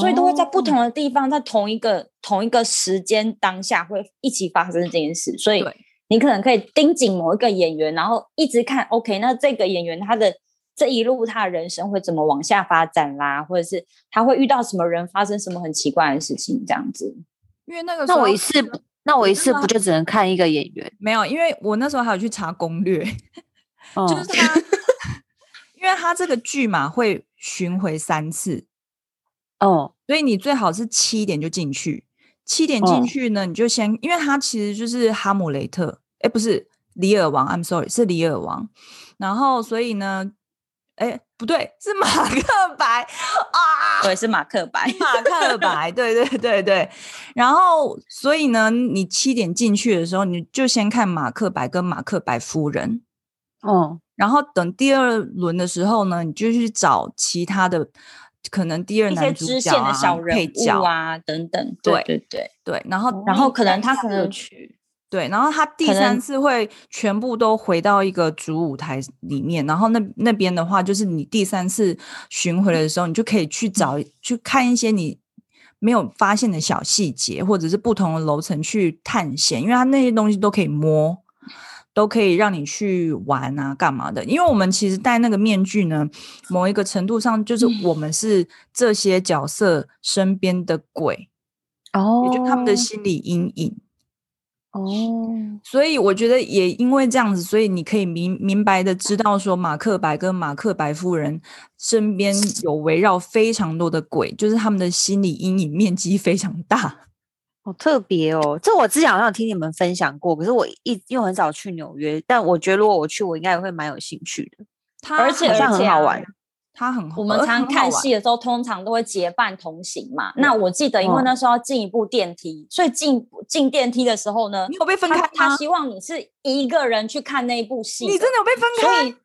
Speaker 2: 所以都会在不
Speaker 3: 哦
Speaker 2: 同的地方，在同一个同一个时间当下会一起发生这件事，所以
Speaker 1: 对
Speaker 2: 你可能可以盯紧某一个演员，然后一直看，OK，那这个演员他的这一路他的人生会怎么往下发展啦，或者是他会遇到什么人，发生什么很奇怪的事情，这样子。
Speaker 1: 因为那个时
Speaker 3: 那
Speaker 1: 候
Speaker 3: 我一次不，那我
Speaker 1: 我
Speaker 3: 一
Speaker 1: 真
Speaker 3: 次
Speaker 1: 的
Speaker 3: 不就只能看一个演员？
Speaker 1: 没有，因为我那时候还有去查攻略，
Speaker 3: 就
Speaker 1: 就是他， 因为他这个剧嘛会巡回三次，
Speaker 3: 哦，
Speaker 1: 所以你最好是七点就进去。七点
Speaker 3: 哦
Speaker 1: 进去呢，你就先，因为它其实就是哈姆雷特，哎，不是里尔王，I'm sorry，是里尔王。然后所以呢，哎，不对，是马克白啊，
Speaker 2: 我也是马克白，
Speaker 1: 马克白，对对对对。然后所以呢，你七点进去的时候，你就先看马克白跟马克白夫人。
Speaker 3: 哦，
Speaker 1: 然后等第二轮的时候呢，你就去找其他的可能第二
Speaker 2: 一些
Speaker 1: 男主
Speaker 2: 支
Speaker 1: 角
Speaker 2: 线的
Speaker 1: 啊、
Speaker 2: 小
Speaker 1: 配
Speaker 2: 人
Speaker 1: 角
Speaker 2: 物啊哦等等，
Speaker 1: 对嗯
Speaker 2: 对对，
Speaker 1: 对，然后
Speaker 2: 然后
Speaker 1: 第
Speaker 2: 可
Speaker 1: 三
Speaker 2: 能他
Speaker 1: 次
Speaker 2: 可能
Speaker 1: 对，然后他第
Speaker 2: 可
Speaker 1: 三
Speaker 2: 能
Speaker 1: 次会全部都回到一个主舞台里面，然后那那边的话，就是你第三次巡回的时候，你就可以去找、去看一些你没有发现的小细节，或者是不同的楼层去探险，因为它那些东西都可以摸，都可以让你去玩啊，干嘛的？因为我们其实戴那个面具呢，某一个程度上就是
Speaker 2: 嗯
Speaker 1: 我们是这些角色身边的鬼，
Speaker 3: 哦，
Speaker 1: 也就是他们的心理阴影。
Speaker 3: 哦，
Speaker 1: 所以我觉得也因为这样子，所以你可以明明白的知道说，马克白跟马克白夫人身边 有围绕非常多的鬼，就是他们的心理阴影面积非常大。
Speaker 3: 好特别哦！这我之前好像有听你们分享过，可是我一因为很少去纽约，但我觉得如果我去，我应该也会蛮有兴趣的。
Speaker 1: 它
Speaker 2: 而且啊
Speaker 3: 好像很好玩，
Speaker 1: 它呃很
Speaker 2: 我们常看
Speaker 1: 戏。
Speaker 2: 戏的时候，通常都会结伴同行嘛。那我记得，因为
Speaker 3: 嗯
Speaker 2: 那时候要进一部电梯，所以进进电梯的时候呢
Speaker 1: 你，有被分开
Speaker 2: 他他
Speaker 1: 吗？
Speaker 2: 希望你是一个人去看那一部戏的，
Speaker 1: 你真的有被分
Speaker 2: 所
Speaker 1: 开？
Speaker 2: 以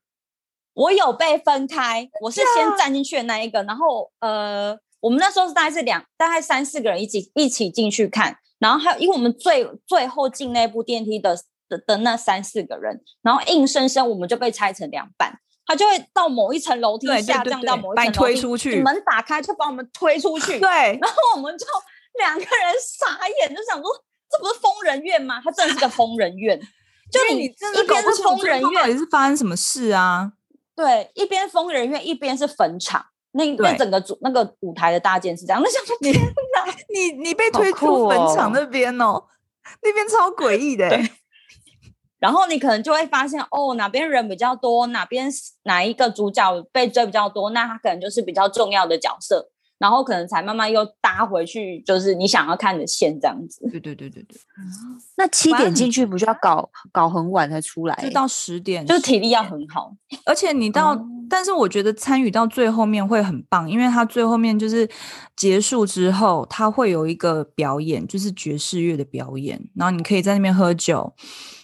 Speaker 2: 我有被分开，我是
Speaker 1: 啊
Speaker 2: 先站进去的那一个，然后呃，我们那时候是大概是两，大概三四个人一起一起进去看，然后还有因为我们最最后进那部电梯的的的那三四个人，然后硬生生我们就被拆成两半，他就会到某一层楼梯
Speaker 1: 对对
Speaker 2: 下
Speaker 1: 对
Speaker 2: 降
Speaker 1: 对
Speaker 2: 到某一
Speaker 1: 把
Speaker 2: 层
Speaker 1: 你
Speaker 2: 楼
Speaker 1: 推
Speaker 2: 梯
Speaker 1: 出去
Speaker 2: 门打开就把我们推 出去，然
Speaker 1: 对，
Speaker 2: 后我们就两个人傻眼，就想说这不是疯人院吗？他真的是个疯人院。就
Speaker 1: 因为
Speaker 2: 你
Speaker 1: 真
Speaker 2: 一
Speaker 1: 的搞
Speaker 2: 边
Speaker 1: 不
Speaker 2: 是
Speaker 1: 清楚
Speaker 2: 疯人
Speaker 1: 到
Speaker 2: 院，
Speaker 1: 底是发生什么事啊？
Speaker 2: 对，一边疯人院，一边是坟场，那
Speaker 1: 对
Speaker 2: 那整个主那个舞台的搭建是这样。 那想说
Speaker 1: 你
Speaker 2: 天哪，
Speaker 1: 你你被
Speaker 3: 好
Speaker 1: 推
Speaker 3: 酷
Speaker 1: 出坟
Speaker 3: 哦
Speaker 1: 场那边哦，那边超诡异的欸、
Speaker 2: 然后你可能就会发现哦，哪边人比较多，哪边哪一个主角被追比较多，那他可能就是比较重要的角色，然后可能才慢慢又搭回去，就是你想要看的线这样子。
Speaker 1: 对对对对对，
Speaker 3: 那七
Speaker 1: 哇
Speaker 3: 点进去不就要搞搞很晚才出来？
Speaker 1: 就到十点，
Speaker 2: 哎就是体力要很好，
Speaker 1: 而且你到，
Speaker 3: 哦
Speaker 1: 但是我觉得参与到最后面会很棒，因为它最后面就是结束之后，它会有一个表演，就是爵士乐的表演，然后你可以在那边喝酒，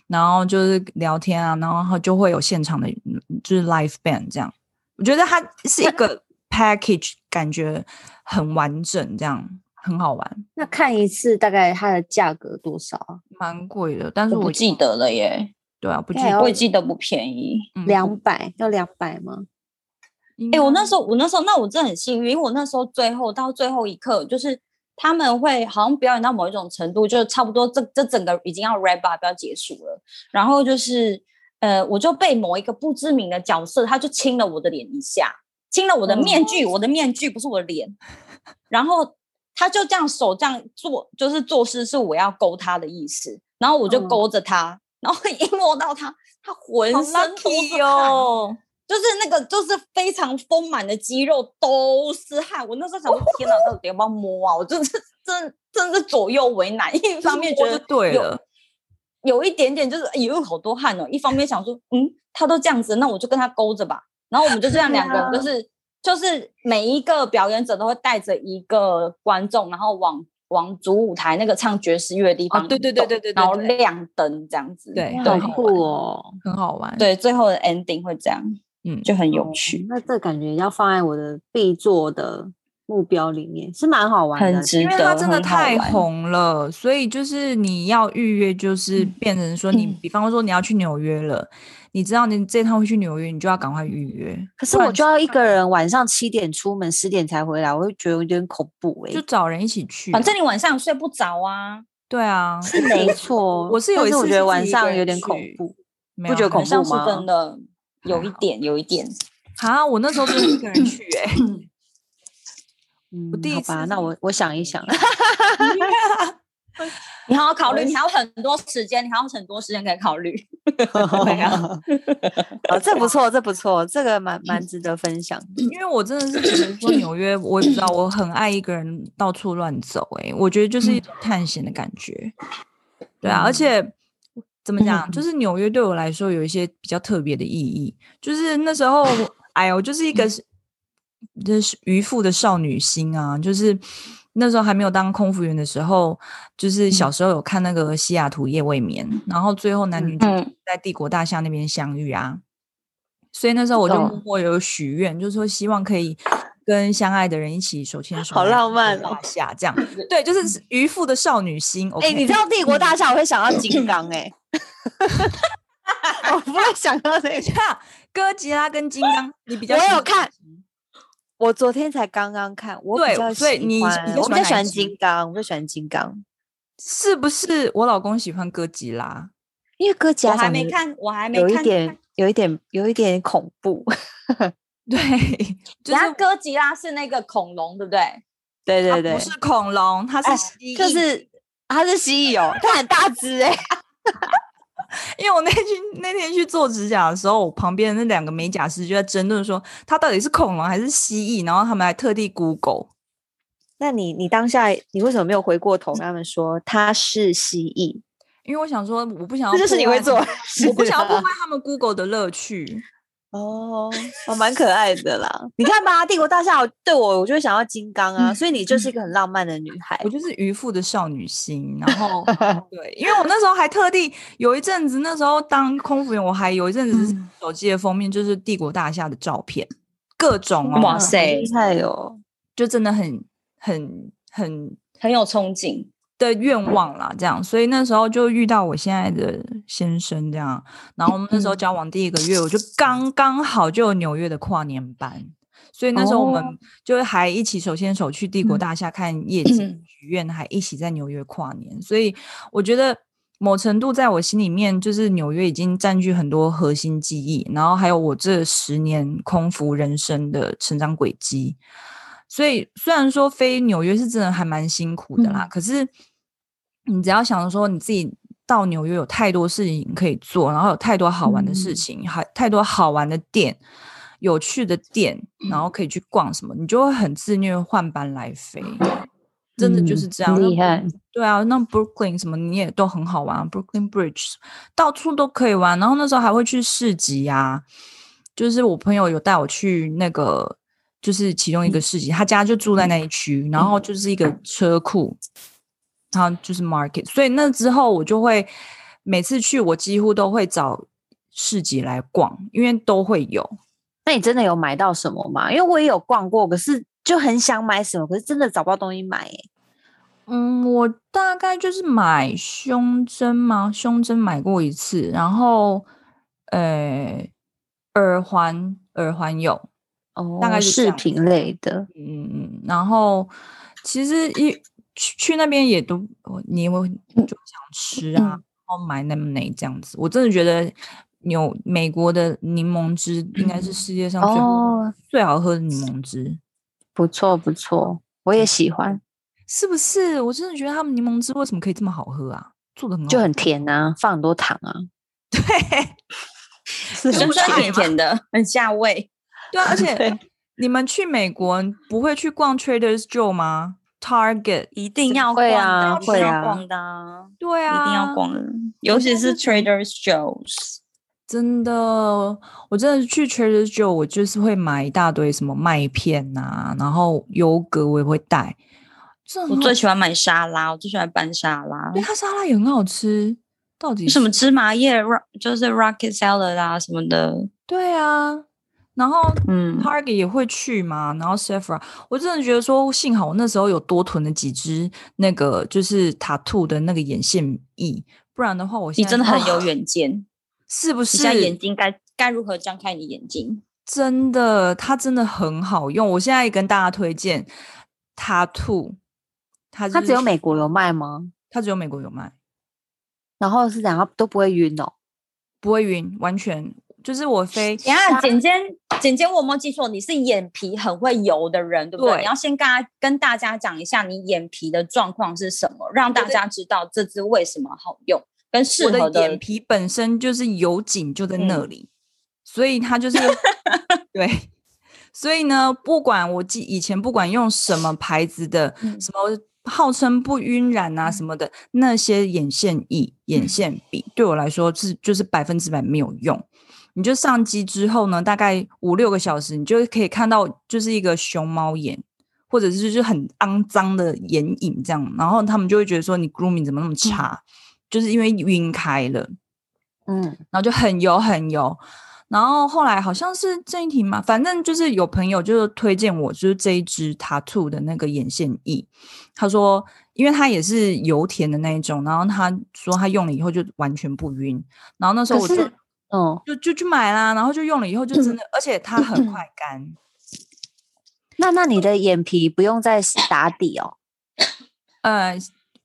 Speaker 1: 然后就是聊天啊，然后就会有现场的，嗯就是 live band 这样。我觉得它是一个 package，感觉很完整，这样很好玩，
Speaker 3: 那看一次大概它的价格多少啊？
Speaker 1: 蛮贵的。但是
Speaker 2: 我
Speaker 1: 我
Speaker 2: 不记得了耶，
Speaker 1: 对啊，不记
Speaker 3: 对啊
Speaker 1: 得
Speaker 2: 我也记得不便宜。
Speaker 1: 嗯
Speaker 3: 两百要两百吗？
Speaker 1: 应
Speaker 2: 哎、我那
Speaker 1: 该
Speaker 2: 时候，我那时候，那我真的很幸运，因为我那时候最后到最后一刻，就是他们会好像表演到某一种程度，就差不多这这整个已经要 wrap up 要结束了，然后就是呃，我就被某一个不知名的角色，他就亲了我的脸一下，亲了我的面具，
Speaker 1: 哦
Speaker 2: 我的面具不是我的脸，然后他就这样手这样做，就是做事是我要勾他的意思，然后我就
Speaker 3: 嗯
Speaker 2: 勾着他，然后 一摸到他，他浑
Speaker 1: 好
Speaker 2: 身都是
Speaker 1: lucky
Speaker 2: 汗
Speaker 1: 哦。
Speaker 2: 就是那个就是非常丰满的肌肉都是汗。我那时候想说，天哪，到底要不要摸啊？我真是真真是左右为难，一方面觉
Speaker 1: 摸
Speaker 2: 得
Speaker 1: 就对
Speaker 2: 有
Speaker 1: 了，
Speaker 2: 有一点点就是哎呦好多汗哦，一方面想说，嗯，他都这样子，那我就跟他勾着吧。然后我们就这样两个 人，就是、就是每一个表演者都会带着一个观众，然后往往主舞台那个唱爵士乐的地方移动、
Speaker 1: 哦对对对对对对
Speaker 2: 然后
Speaker 1: 对
Speaker 2: 亮灯这样子，
Speaker 1: 对
Speaker 3: 哇
Speaker 1: 对
Speaker 2: 好
Speaker 3: 好
Speaker 2: 玩
Speaker 3: 酷哦！
Speaker 1: 很好玩。，
Speaker 2: 对，最后的 ending 会这样，
Speaker 1: 嗯，
Speaker 2: 就很有
Speaker 3: 哦
Speaker 2: 趣。
Speaker 3: 那这感觉要放在我的必做的目标里面，是蛮好玩的
Speaker 2: 很。值
Speaker 1: 因为它
Speaker 2: 得，
Speaker 1: 真的
Speaker 2: 很好
Speaker 1: 太
Speaker 2: 玩。
Speaker 1: 红了，所以就是你要预约，就是
Speaker 2: 嗯
Speaker 1: 变成说你，
Speaker 2: 嗯
Speaker 1: 比方说你要去纽约了，你知道你这趟会去纽约，你就要赶快预约，
Speaker 3: 可是
Speaker 1: 不
Speaker 3: 我
Speaker 1: 然
Speaker 3: 就要一个人晚上七点出门，十点才回来，我会觉得有点恐怖哎、
Speaker 1: 就找人一起去啊。
Speaker 2: 反正你晚上睡不着啊，
Speaker 1: 对啊，
Speaker 3: 是没错，
Speaker 1: 我是有
Speaker 3: 但
Speaker 1: 一次
Speaker 3: 我觉
Speaker 1: 是
Speaker 3: 得
Speaker 1: 自
Speaker 3: 晚
Speaker 1: 己一个
Speaker 3: 上
Speaker 1: 人
Speaker 3: 有点恐
Speaker 1: 去
Speaker 3: 怖。
Speaker 1: 没
Speaker 3: 不
Speaker 1: 有
Speaker 3: 觉得
Speaker 1: 啊
Speaker 3: 恐
Speaker 2: 晚
Speaker 3: 怖
Speaker 2: 上是
Speaker 3: 吗
Speaker 2: 真的有一
Speaker 1: 还好
Speaker 2: 点，有一点。
Speaker 1: 啊，我那时候就是一个人去、欸，哎，
Speaker 3: 嗯
Speaker 1: 我第
Speaker 3: 好
Speaker 1: 一次
Speaker 3: 吧，
Speaker 1: 是
Speaker 3: 那我我想一想，
Speaker 2: 你好好考虑，
Speaker 3: 我
Speaker 2: 你还有很多时间，你还有很多时间可以考虑。
Speaker 3: 对
Speaker 2: 啊
Speaker 3: 哦，这不错，这不错，这个 蛮蛮值得分享的。
Speaker 1: 因为我真的是觉得
Speaker 2: 嗯
Speaker 1: 说纽约，我也不知道，我很爱一个人到处乱走、欸，哎，我觉得就是
Speaker 2: 嗯
Speaker 1: 一种探险的感觉。对啊，而
Speaker 3: 嗯
Speaker 1: 且怎么讲，
Speaker 2: 嗯
Speaker 1: 就是纽约对我来说有一些比较特别的意义，就是那时候，哎呦，就是一个
Speaker 2: 嗯
Speaker 1: 是就是渔夫的少女心啊，就是。那时候还没有当空服员的时候，就是
Speaker 2: 嗯
Speaker 1: 小时候有看那个《西雅图夜未眠》，然后最后男女主 角
Speaker 2: 嗯
Speaker 1: 在帝国大厦那边相遇啊。所以那时候我就
Speaker 3: 懂
Speaker 1: 默默有许愿，就是说希望可以跟相爱的人一起手牵手，
Speaker 3: 好浪漫哦
Speaker 1: 大下这样， 对，就是渔夫的少女心。
Speaker 3: 哎、
Speaker 1: OK，
Speaker 3: 你知道帝国大厦，我会想到金刚 哎、我不会想到这个。
Speaker 1: 看 哥吉拉跟金刚，你比较
Speaker 3: 我
Speaker 1: 喜
Speaker 3: 有
Speaker 1: 欢
Speaker 3: 看
Speaker 1: 哪集
Speaker 3: 我昨天才刚刚看，我
Speaker 1: 对
Speaker 3: 比较
Speaker 1: 所以
Speaker 3: 喜
Speaker 1: 你
Speaker 3: 欢
Speaker 1: 比较
Speaker 3: 我
Speaker 1: 喜
Speaker 3: 比
Speaker 1: 欢哪
Speaker 3: 较喜
Speaker 1: 一
Speaker 3: 欢
Speaker 1: 集
Speaker 3: 金刚，我比较喜欢金刚，
Speaker 1: 是不是？我老公喜欢哥吉拉，
Speaker 3: 因为哥吉
Speaker 2: 我
Speaker 3: 拉
Speaker 2: 还
Speaker 3: 长
Speaker 2: 没
Speaker 3: 得
Speaker 2: 看，我还没
Speaker 3: 有一
Speaker 2: 看。
Speaker 3: 点，有一点，有一点恐怖。
Speaker 1: 对，就
Speaker 2: 人
Speaker 1: 是
Speaker 2: 家哥吉拉是那个恐龙，对不对？
Speaker 3: 对
Speaker 1: 它
Speaker 3: 对对，
Speaker 1: 不是恐龙，它是
Speaker 3: 哎
Speaker 1: 蜥蜴，
Speaker 3: 就是它是蜥蜴哦，它很大只哎、
Speaker 1: 因为我那天去那天去做指甲的时候，我旁边那两个美甲师就在争论说，它到底是恐龙还是蜥蜴，然后他们还特地 Google。
Speaker 3: 那你你当下你为什么没有回过头跟他们说他是蜥蜴？
Speaker 1: 因为我想说，我不想要，
Speaker 3: 这就是你会做的，事
Speaker 1: 我不想要破
Speaker 3: 啊
Speaker 1: 坏他们 Google 的乐趣。
Speaker 3: 哦，哦，蛮可爱的啦。你看吧，帝国大厦对我，我就会想要金刚啊，
Speaker 1: 嗯
Speaker 3: 所以你就是一个很浪漫的女孩
Speaker 1: 我。就是渔夫的少女心，然后 对，因为我那时候还特地有一阵子，那时候当空服员，我还有一阵子是
Speaker 3: 嗯
Speaker 1: 手机的封面就是帝国大厦的照片，各种哦，
Speaker 2: 哇
Speaker 3: 嗯
Speaker 2: 塞
Speaker 3: 好厉害哦！
Speaker 1: 就真的很很很
Speaker 2: 很有憧憬。
Speaker 1: 的愿望啦，这样，所以那时候就遇到我现在的先生这样，然后我们那时候
Speaker 2: 嗯
Speaker 1: 交往第一个月，我就刚刚好就有纽约的跨年班，所以那时候我们
Speaker 3: 哦
Speaker 1: 就是还一起手牵手去帝国
Speaker 2: 嗯
Speaker 1: 大厦看夜景许愿，还一起在纽约跨年，所以我觉得某程度在我心里面，就是纽约已经占据很多核心记忆，然后还有我这十年空服人生的成长轨迹，所以虽然说飞纽约是真的还蛮辛苦的
Speaker 3: 嗯
Speaker 1: 啦，可是你只要想说你自己到纽约有太多事情可以做，然后有太多好玩的事
Speaker 3: 嗯
Speaker 1: 情，还、太多好玩的店、有趣的店，然
Speaker 3: 嗯
Speaker 1: 后可以去逛什么，你就会很自虐换班来飞。真的就是这样，那
Speaker 3: 嗯厉害。
Speaker 1: 对啊，那 Brooklyn 什么你也都很好玩，Brooklyn 啊 Bridge 到处都可以玩。然后那时候还会去市集啊，就是我朋友有带我去那个，就是其中一个市集，他家就住在那一区，然后就是一个车库，然后就是 market。所以那之后我就会每次去，我几乎都会找市集来逛，因为都会有。
Speaker 3: 那你真的有买到什么吗？因为我也有逛过，可是就很想买什么，可是真的找不到东西买、欸。
Speaker 1: 嗯，我大概就是买胸针嘛，胸针买过一次，然后，呃，耳环，耳环有，
Speaker 3: 哦，
Speaker 1: 大概是这
Speaker 3: 饰
Speaker 1: 样
Speaker 3: 品类的。
Speaker 1: 嗯嗯嗯，然后其实一去去那边也都，我你也会
Speaker 3: 嗯
Speaker 1: 就想吃啊，然后买 lemonade 这样子，我真的觉得有美国的柠檬汁应该是世界上最好
Speaker 3: 嗯哦，
Speaker 1: 最好喝的柠檬汁，
Speaker 3: 不错不错，我
Speaker 1: 嗯
Speaker 3: 也喜欢，
Speaker 1: 是不是？我真的觉得他们柠檬汁为什么可以这么好喝啊？做的很好
Speaker 3: 就很甜啊，放很多糖 啊。对，
Speaker 1: 就
Speaker 2: 酸
Speaker 1: 是
Speaker 2: 酸
Speaker 1: 我
Speaker 2: 甜甜的，很下胃。
Speaker 1: 对啊，而且
Speaker 3: 对
Speaker 1: 你们去美国不会去逛 Trader s Joe 吗？Target，
Speaker 2: 一定要
Speaker 3: 会
Speaker 2: 逛
Speaker 3: 啊
Speaker 2: 的
Speaker 3: 会
Speaker 2: 一定
Speaker 3: 啊
Speaker 2: 要逛的啊，
Speaker 1: 对啊，
Speaker 2: 一定要。逛的，尤其是 Trader Joe's。
Speaker 1: 真的，我真的去 Trader s Joe，我就是会买一大堆什么麦片啊，然后优格我也会带。这很
Speaker 2: 我
Speaker 1: 好
Speaker 2: 最喜欢买沙拉，我最喜欢拌沙拉
Speaker 1: 对，它沙拉也很好吃，到底
Speaker 2: 什
Speaker 1: 是
Speaker 2: 么芝麻叶 ro- 就是 rocket salad 啊什么的。
Speaker 1: 对啊，然后
Speaker 2: 嗯，
Speaker 1: Target 也会去嘛，然后 Sephora，我真的觉得说，幸好我那时候有多囤了几支那个就是塔兔的那个眼线液，不然的话我
Speaker 2: 你
Speaker 1: 现在
Speaker 2: 真的很
Speaker 1: 哦
Speaker 2: 有远见，
Speaker 1: 是不是？
Speaker 2: 你现在眼睛该该如何张开你眼睛？
Speaker 1: 真的，它真的很好用。我现在也跟大家推荐塔兔，它就
Speaker 3: 它
Speaker 1: 是
Speaker 3: 只有美国有卖吗？
Speaker 1: 它只有美国有卖，
Speaker 3: 然后是怎样都不会晕哦。
Speaker 1: 不会晕，完全就是我飞
Speaker 2: 等一下，简简简简，我有没有记错？你是眼皮很会油的人，对不对？
Speaker 1: 对
Speaker 2: 你要先跟大跟大家讲一下你眼皮的状况是什么，让大
Speaker 1: 的
Speaker 2: 家知道这支为什么好用，跟适
Speaker 1: 我
Speaker 2: 合
Speaker 1: 的
Speaker 2: 的
Speaker 1: 眼皮本身就是油紧就在那
Speaker 2: 嗯
Speaker 1: 里，所以它就是对。所以呢，不管我记以前不管用什么牌子的，
Speaker 2: 嗯
Speaker 1: 什么号称不晕染啊什么的，那些眼线液、眼线笔，对我来说是就是百分之百没有用。你就上机之后呢，大概五六个小时，你就可以看到就是一个熊猫眼，或者是就是很肮脏的眼影这样，然后他们就会觉得说你 grooming 怎么那么差，就是因为晕开了。
Speaker 3: 嗯，
Speaker 1: 然后就很油很油。然后后来好像是这一题嘛，反正就是有朋友就是推荐我，就是这一支 Tattoo 的那个眼线液，他说，因为它也是油田的那一种，然后他说他用了以后就完全不晕。然后那时候
Speaker 3: 可，
Speaker 1: 我就是
Speaker 3: 嗯，
Speaker 1: 就就去买啦，然后就用了以后就真的，而且它很快干。
Speaker 3: 那那你的眼皮不用再打底哦。
Speaker 1: 呃，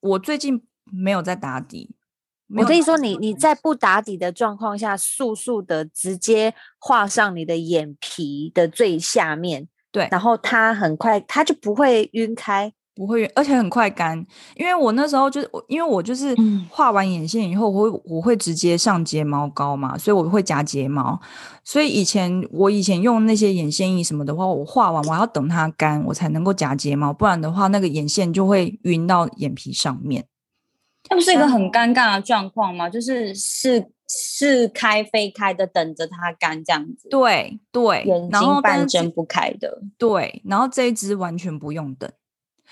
Speaker 1: 我最近没有在打底，没
Speaker 3: 我
Speaker 1: 有
Speaker 3: 跟你
Speaker 1: 打
Speaker 3: 说，
Speaker 1: 底
Speaker 3: 你
Speaker 1: 就
Speaker 3: 你
Speaker 1: 很
Speaker 3: 在不打底的状况下，速速的直接画上你的眼皮的最下面，
Speaker 1: 对
Speaker 3: 然后它很快，它就不会晕开。
Speaker 1: 不会，而且很快干。因为我那时候就是，我因为我就是
Speaker 2: 嗯
Speaker 1: 画完眼线以后，我会我会直接上睫毛膏嘛，所以我会夹睫毛。所以以前我以前用那些眼线液什么的话，我画完我还要等它干，我才能够夹睫毛，不然的话那个眼线就会晕到眼皮上面。
Speaker 2: 那不是一啊个很尴尬的状况吗？就是是是开非开的，等着它干这样子。，
Speaker 1: 对对
Speaker 2: 眼，
Speaker 1: 然后
Speaker 2: 睛
Speaker 1: 但
Speaker 2: 半
Speaker 1: 是
Speaker 2: 睁不开的，
Speaker 1: 对，然后这一支完全不用等。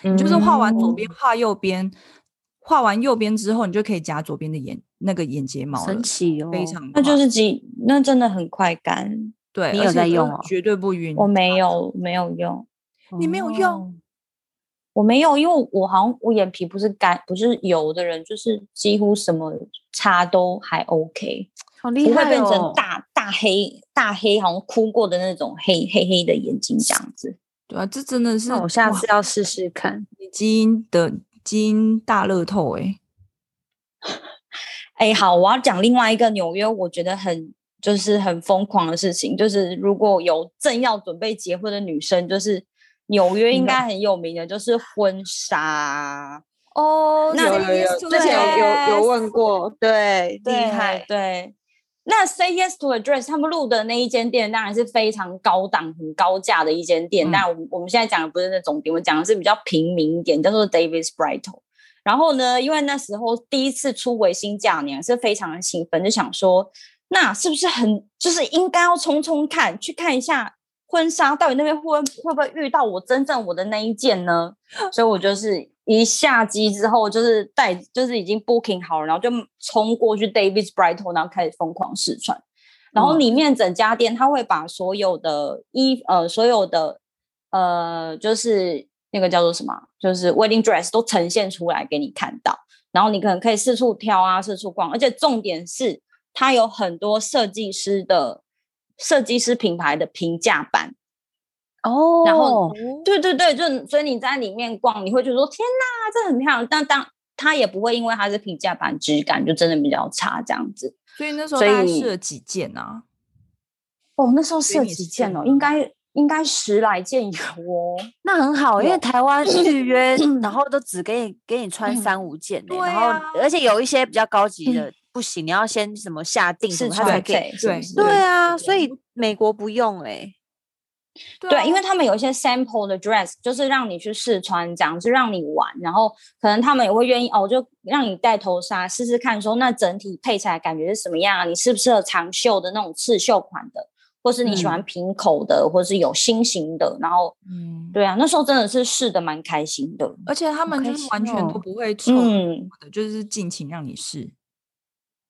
Speaker 2: 你
Speaker 1: 你就是画
Speaker 2: 嗯
Speaker 1: 完左边，画右边，画完右边之后，你就可以夹左边的眼那个眼睫毛了
Speaker 3: 神，奇哦，
Speaker 1: 非常
Speaker 2: 那就
Speaker 1: 快
Speaker 2: 是几，那真的很快干。
Speaker 1: 对，
Speaker 3: 你
Speaker 1: 而
Speaker 3: 有
Speaker 1: 且
Speaker 3: 在
Speaker 1: 都
Speaker 3: 用哦
Speaker 1: 绝对不晕。
Speaker 2: 我没有没有用，
Speaker 1: 你没有用
Speaker 3: 哦，
Speaker 2: 我没有，因为我好像我眼皮不是干不是油的人，就是几乎什么擦都还 OK，
Speaker 3: 好
Speaker 2: 不
Speaker 3: 厉害
Speaker 2: 会变
Speaker 3: 哦
Speaker 2: 成大大黑大黑，好像哭过的那种黑黑黑的眼睛这样子。
Speaker 1: 对啊，这真的是
Speaker 4: 那我下
Speaker 1: 哇
Speaker 4: 次要试试看。
Speaker 1: 你基因的基因大乐透哎、
Speaker 2: 哎，好，我要讲另外一个纽约，我觉得很就是很疯狂的事情，就是如果有正要准备结婚的女生，就是纽约应该很有名的，就是婚纱，
Speaker 1: 哦
Speaker 2: 那
Speaker 4: 有
Speaker 2: 这
Speaker 4: 有有，之前有有有问过，对，
Speaker 2: 厉害，对。那 Say Yes to a Dress 他们录的那一间店，当然是非常高档、很高价的一间店。
Speaker 1: 嗯
Speaker 2: 但我们我们现在讲的不是那种店，我们讲的是比较平民一点，叫做 Davis Bridal。然后呢，因为那时候第一次出为新嫁娘，是非常的兴奋，就想说，那是不是很就是应该要冲冲看，去看一下婚纱到底那边会不会会不会遇到我真正我的那一件呢？所以我就是一下机之后，就是带就是已经 booking 好了，然后就冲过去 Davis Bridal，然后开始疯狂试穿。然后里面整家店，他会把所有的衣呃所有的呃就是那个叫做什么啊，就是 wedding dress 都呈现出来给你看到。然后你可能可以四处挑啊，四处逛，而且重点是它有很多设计师的设计师品牌的平价版。
Speaker 3: 哦，
Speaker 2: 然后对对对，就所以你在里面逛，你会觉得说天哪，这很漂亮，但当它也不会因为它是平价版，质感就真的比较差这样子。
Speaker 1: 所以那时候
Speaker 2: 所
Speaker 1: 大概
Speaker 2: 以
Speaker 1: 试了几件啊？
Speaker 2: 哦，那时候
Speaker 1: 所以
Speaker 2: 设
Speaker 1: 你
Speaker 2: 几
Speaker 1: 是
Speaker 2: 件哦，
Speaker 1: 吗
Speaker 2: 应该应该十来件有哦。
Speaker 3: 那很好，因
Speaker 2: 有
Speaker 3: 为台湾预约，然后都只给你给你穿
Speaker 2: 嗯
Speaker 3: 三五件欸、
Speaker 1: 对
Speaker 3: 然
Speaker 1: 啊
Speaker 3: 后而且有一些比较高级的不行，你要先什么下定
Speaker 2: 试
Speaker 3: 什么，他才
Speaker 2: 穿
Speaker 3: 给你。
Speaker 2: 费是不
Speaker 1: 对
Speaker 2: 是
Speaker 3: 对啊，
Speaker 2: 对
Speaker 3: 所以美国不用哎、欸，
Speaker 2: 对，因
Speaker 1: 啊
Speaker 2: 为他们有一些 sample 的 dress，就是让你去试穿，这样就让你玩，然后可能他们也会愿意哦，就让你戴头纱试试看说那整体配起来感觉是什么样啊？你适不适合长袖的那种刺绣款的，或是你喜欢平口的，或是有心形的，然后
Speaker 1: 嗯，
Speaker 2: 对啊，那时候真的是试的蛮开心的，
Speaker 1: 而且他们
Speaker 3: 开
Speaker 1: 就是完
Speaker 3: 心
Speaker 1: 全都
Speaker 3: 哦
Speaker 1: 不会臭的，
Speaker 2: 嗯，
Speaker 1: 就是尽情让你试。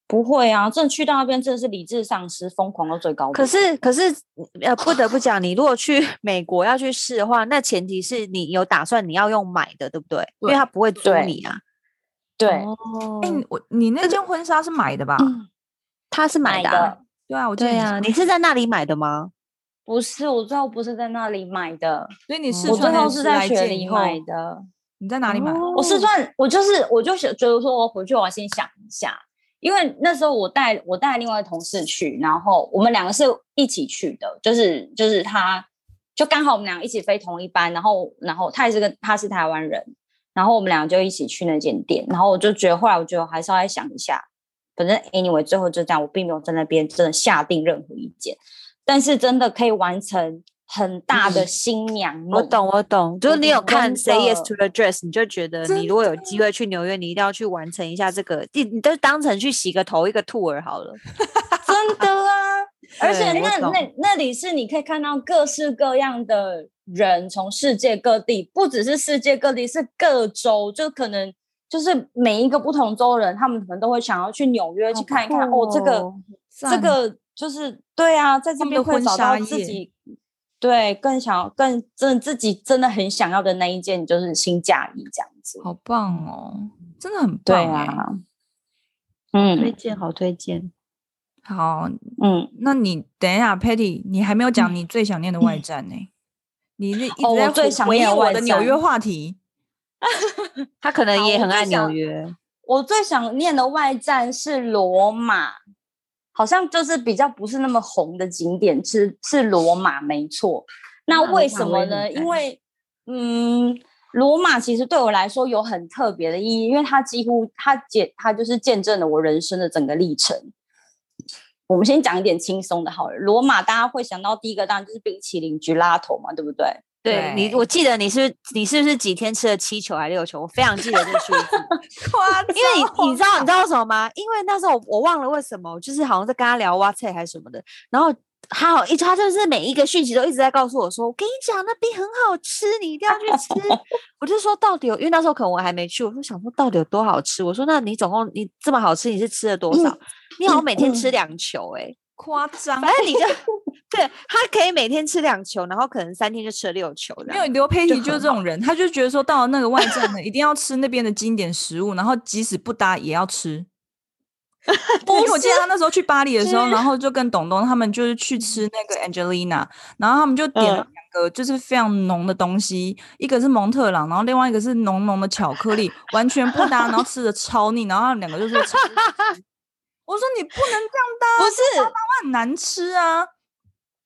Speaker 2: 不会啊，真的去到那边真的是理智丧失，疯狂到最高点。
Speaker 3: 可是可是呃，不得不讲，你如果去 美国要去试的话，那前提是你有打算你要用买的，对不对？因为
Speaker 1: 对
Speaker 3: 他不会租
Speaker 2: 对
Speaker 3: 你啊。
Speaker 2: 对、
Speaker 3: 哦
Speaker 1: 哎、你我你
Speaker 2: 呃
Speaker 1: 那件婚纱是买的吧？
Speaker 2: 嗯
Speaker 3: 他是
Speaker 2: 买
Speaker 3: 买的啊、
Speaker 2: 的
Speaker 1: 对啊，我记得
Speaker 3: 对
Speaker 1: 是
Speaker 3: 啊，
Speaker 1: 买
Speaker 3: 你是在那里买的吗？
Speaker 2: 不是，我最后不是在那里买的，
Speaker 1: 所以你试
Speaker 2: 我最
Speaker 1: 穿了
Speaker 2: 后
Speaker 1: 十
Speaker 2: 是在
Speaker 1: 来
Speaker 2: 雪
Speaker 1: 件
Speaker 2: 梨
Speaker 1: 以后，
Speaker 2: 买的。
Speaker 1: 你在哪里买？
Speaker 2: 我试
Speaker 3: 哦
Speaker 2: 穿，我就是我就是觉得说，我回去我要先想一下，因为那时候我带我带另外一个同事去，然后我们两个是一起去的，就是就是他就刚好我们俩一起飞同一班，然后然后他也是个他是台湾人，然后我们俩就一起去那间店，然后我就觉得后来我觉得我还是要再想一下，反正 anyway 最后就这样，我并没有在那边真的下定任何意见，但是真的可以完成很大的新娘梦，
Speaker 3: 嗯哦我懂，啊我懂，就是
Speaker 2: 我
Speaker 3: 你有
Speaker 2: 懂真
Speaker 3: 看《Say Yes
Speaker 2: 的
Speaker 3: to the Dress》，你就觉得你如果有机会去纽约，你一定要去完成一下这个，你你都当成去洗个头一个 tour 好了。
Speaker 2: 真的啊！而且
Speaker 3: 对我
Speaker 2: 那
Speaker 3: 懂
Speaker 2: 那那里是你可以看到各式各样的人，从世界各地，不只是世界各地，是各州，就可能就是每一个不同州的人，他们可能都会想要去纽约去看一看。哦，这个这
Speaker 1: 赞
Speaker 2: 个就是对啊，在这
Speaker 1: 他们
Speaker 2: 边
Speaker 1: 的
Speaker 2: 会
Speaker 1: 婚
Speaker 2: 找
Speaker 1: 纱
Speaker 2: 到
Speaker 1: 业
Speaker 2: 自己对更想要更真的自己真的很想要的那一件，就是新嫁衣这样子。
Speaker 1: 好棒哦，真的很
Speaker 2: 对
Speaker 1: 棒哎、
Speaker 2: 啊，
Speaker 3: 推
Speaker 2: 嗯
Speaker 3: 荐，好推荐。
Speaker 1: 好，
Speaker 2: 嗯。
Speaker 1: 那你等一下，Patty，你还没有讲你最想念的外站呢、你是一
Speaker 2: 嗯哦
Speaker 1: 直在
Speaker 2: 我最
Speaker 1: 回
Speaker 2: 想
Speaker 1: 回
Speaker 2: 念
Speaker 1: 应
Speaker 2: 的
Speaker 1: 我
Speaker 2: 外
Speaker 1: 的纽约
Speaker 2: 站
Speaker 1: 话题。
Speaker 3: 他可能
Speaker 2: 好
Speaker 3: 也
Speaker 2: 我
Speaker 3: 很
Speaker 2: 最
Speaker 3: 爱纽
Speaker 2: 想
Speaker 3: 约，
Speaker 2: 我最想念的外站是罗马，好像就是比较不是那么红的景点是是罗马，没错。那
Speaker 3: 那
Speaker 2: 为
Speaker 3: 罗马
Speaker 2: 什
Speaker 3: 我也
Speaker 2: 么
Speaker 3: 很
Speaker 2: 呢？
Speaker 3: 爱
Speaker 2: 因为嗯，罗马其实对我来说有很特别的意义，因为它几乎它见它就是见证了我人生的整个历程。我们先讲一点轻松的好了。罗马大家会想到第一个当然就是冰淇淋、焗拉头嘛，对不对？
Speaker 1: 对
Speaker 3: 对你，我记得你是你是不是几天吃了七球还六球？我非常记得这个数 字，
Speaker 1: 夸
Speaker 3: 因为你你知道你知
Speaker 2: 啊
Speaker 3: 道为什么吗？因为那时候我我忘了为什么，就是好像在跟他聊 WhatsApp 还是什么的，然后他好一直他就是每一个讯息都一直在告诉我说，我跟你讲那边很好吃，你一定要去 吃。我就说到底有，因为那时候可能我还没去，我就想说到底有多好吃。我说那你总共你这么好吃，你是吃了多少？
Speaker 2: 嗯
Speaker 3: 你好像每天吃两球、欸，
Speaker 1: 夸张，
Speaker 3: 反正你就对他可以每天吃两球，然后可能三天就吃了六球这
Speaker 1: 没
Speaker 3: 样
Speaker 1: 有刘佩
Speaker 3: 就
Speaker 1: 琪就是
Speaker 3: 很
Speaker 1: 这种人，他就觉得说到了那个外站呢，一定要吃那边的经典食物，然后即使不搭也要 吃。因为我记得他那时候去巴黎的时候，然后就跟董东他们就是去吃
Speaker 2: 嗯
Speaker 1: 那个 Angelina，然后他们就点了两个就是非常浓的东西，一个是蒙特朗，然后另外一个是浓浓的巧克力，完全不搭，然后吃的超腻，然后他们两个就说超级难吃，我说你不能这样搭啊，
Speaker 2: 不
Speaker 1: 这样
Speaker 2: 是
Speaker 1: 搭会很难吃啊。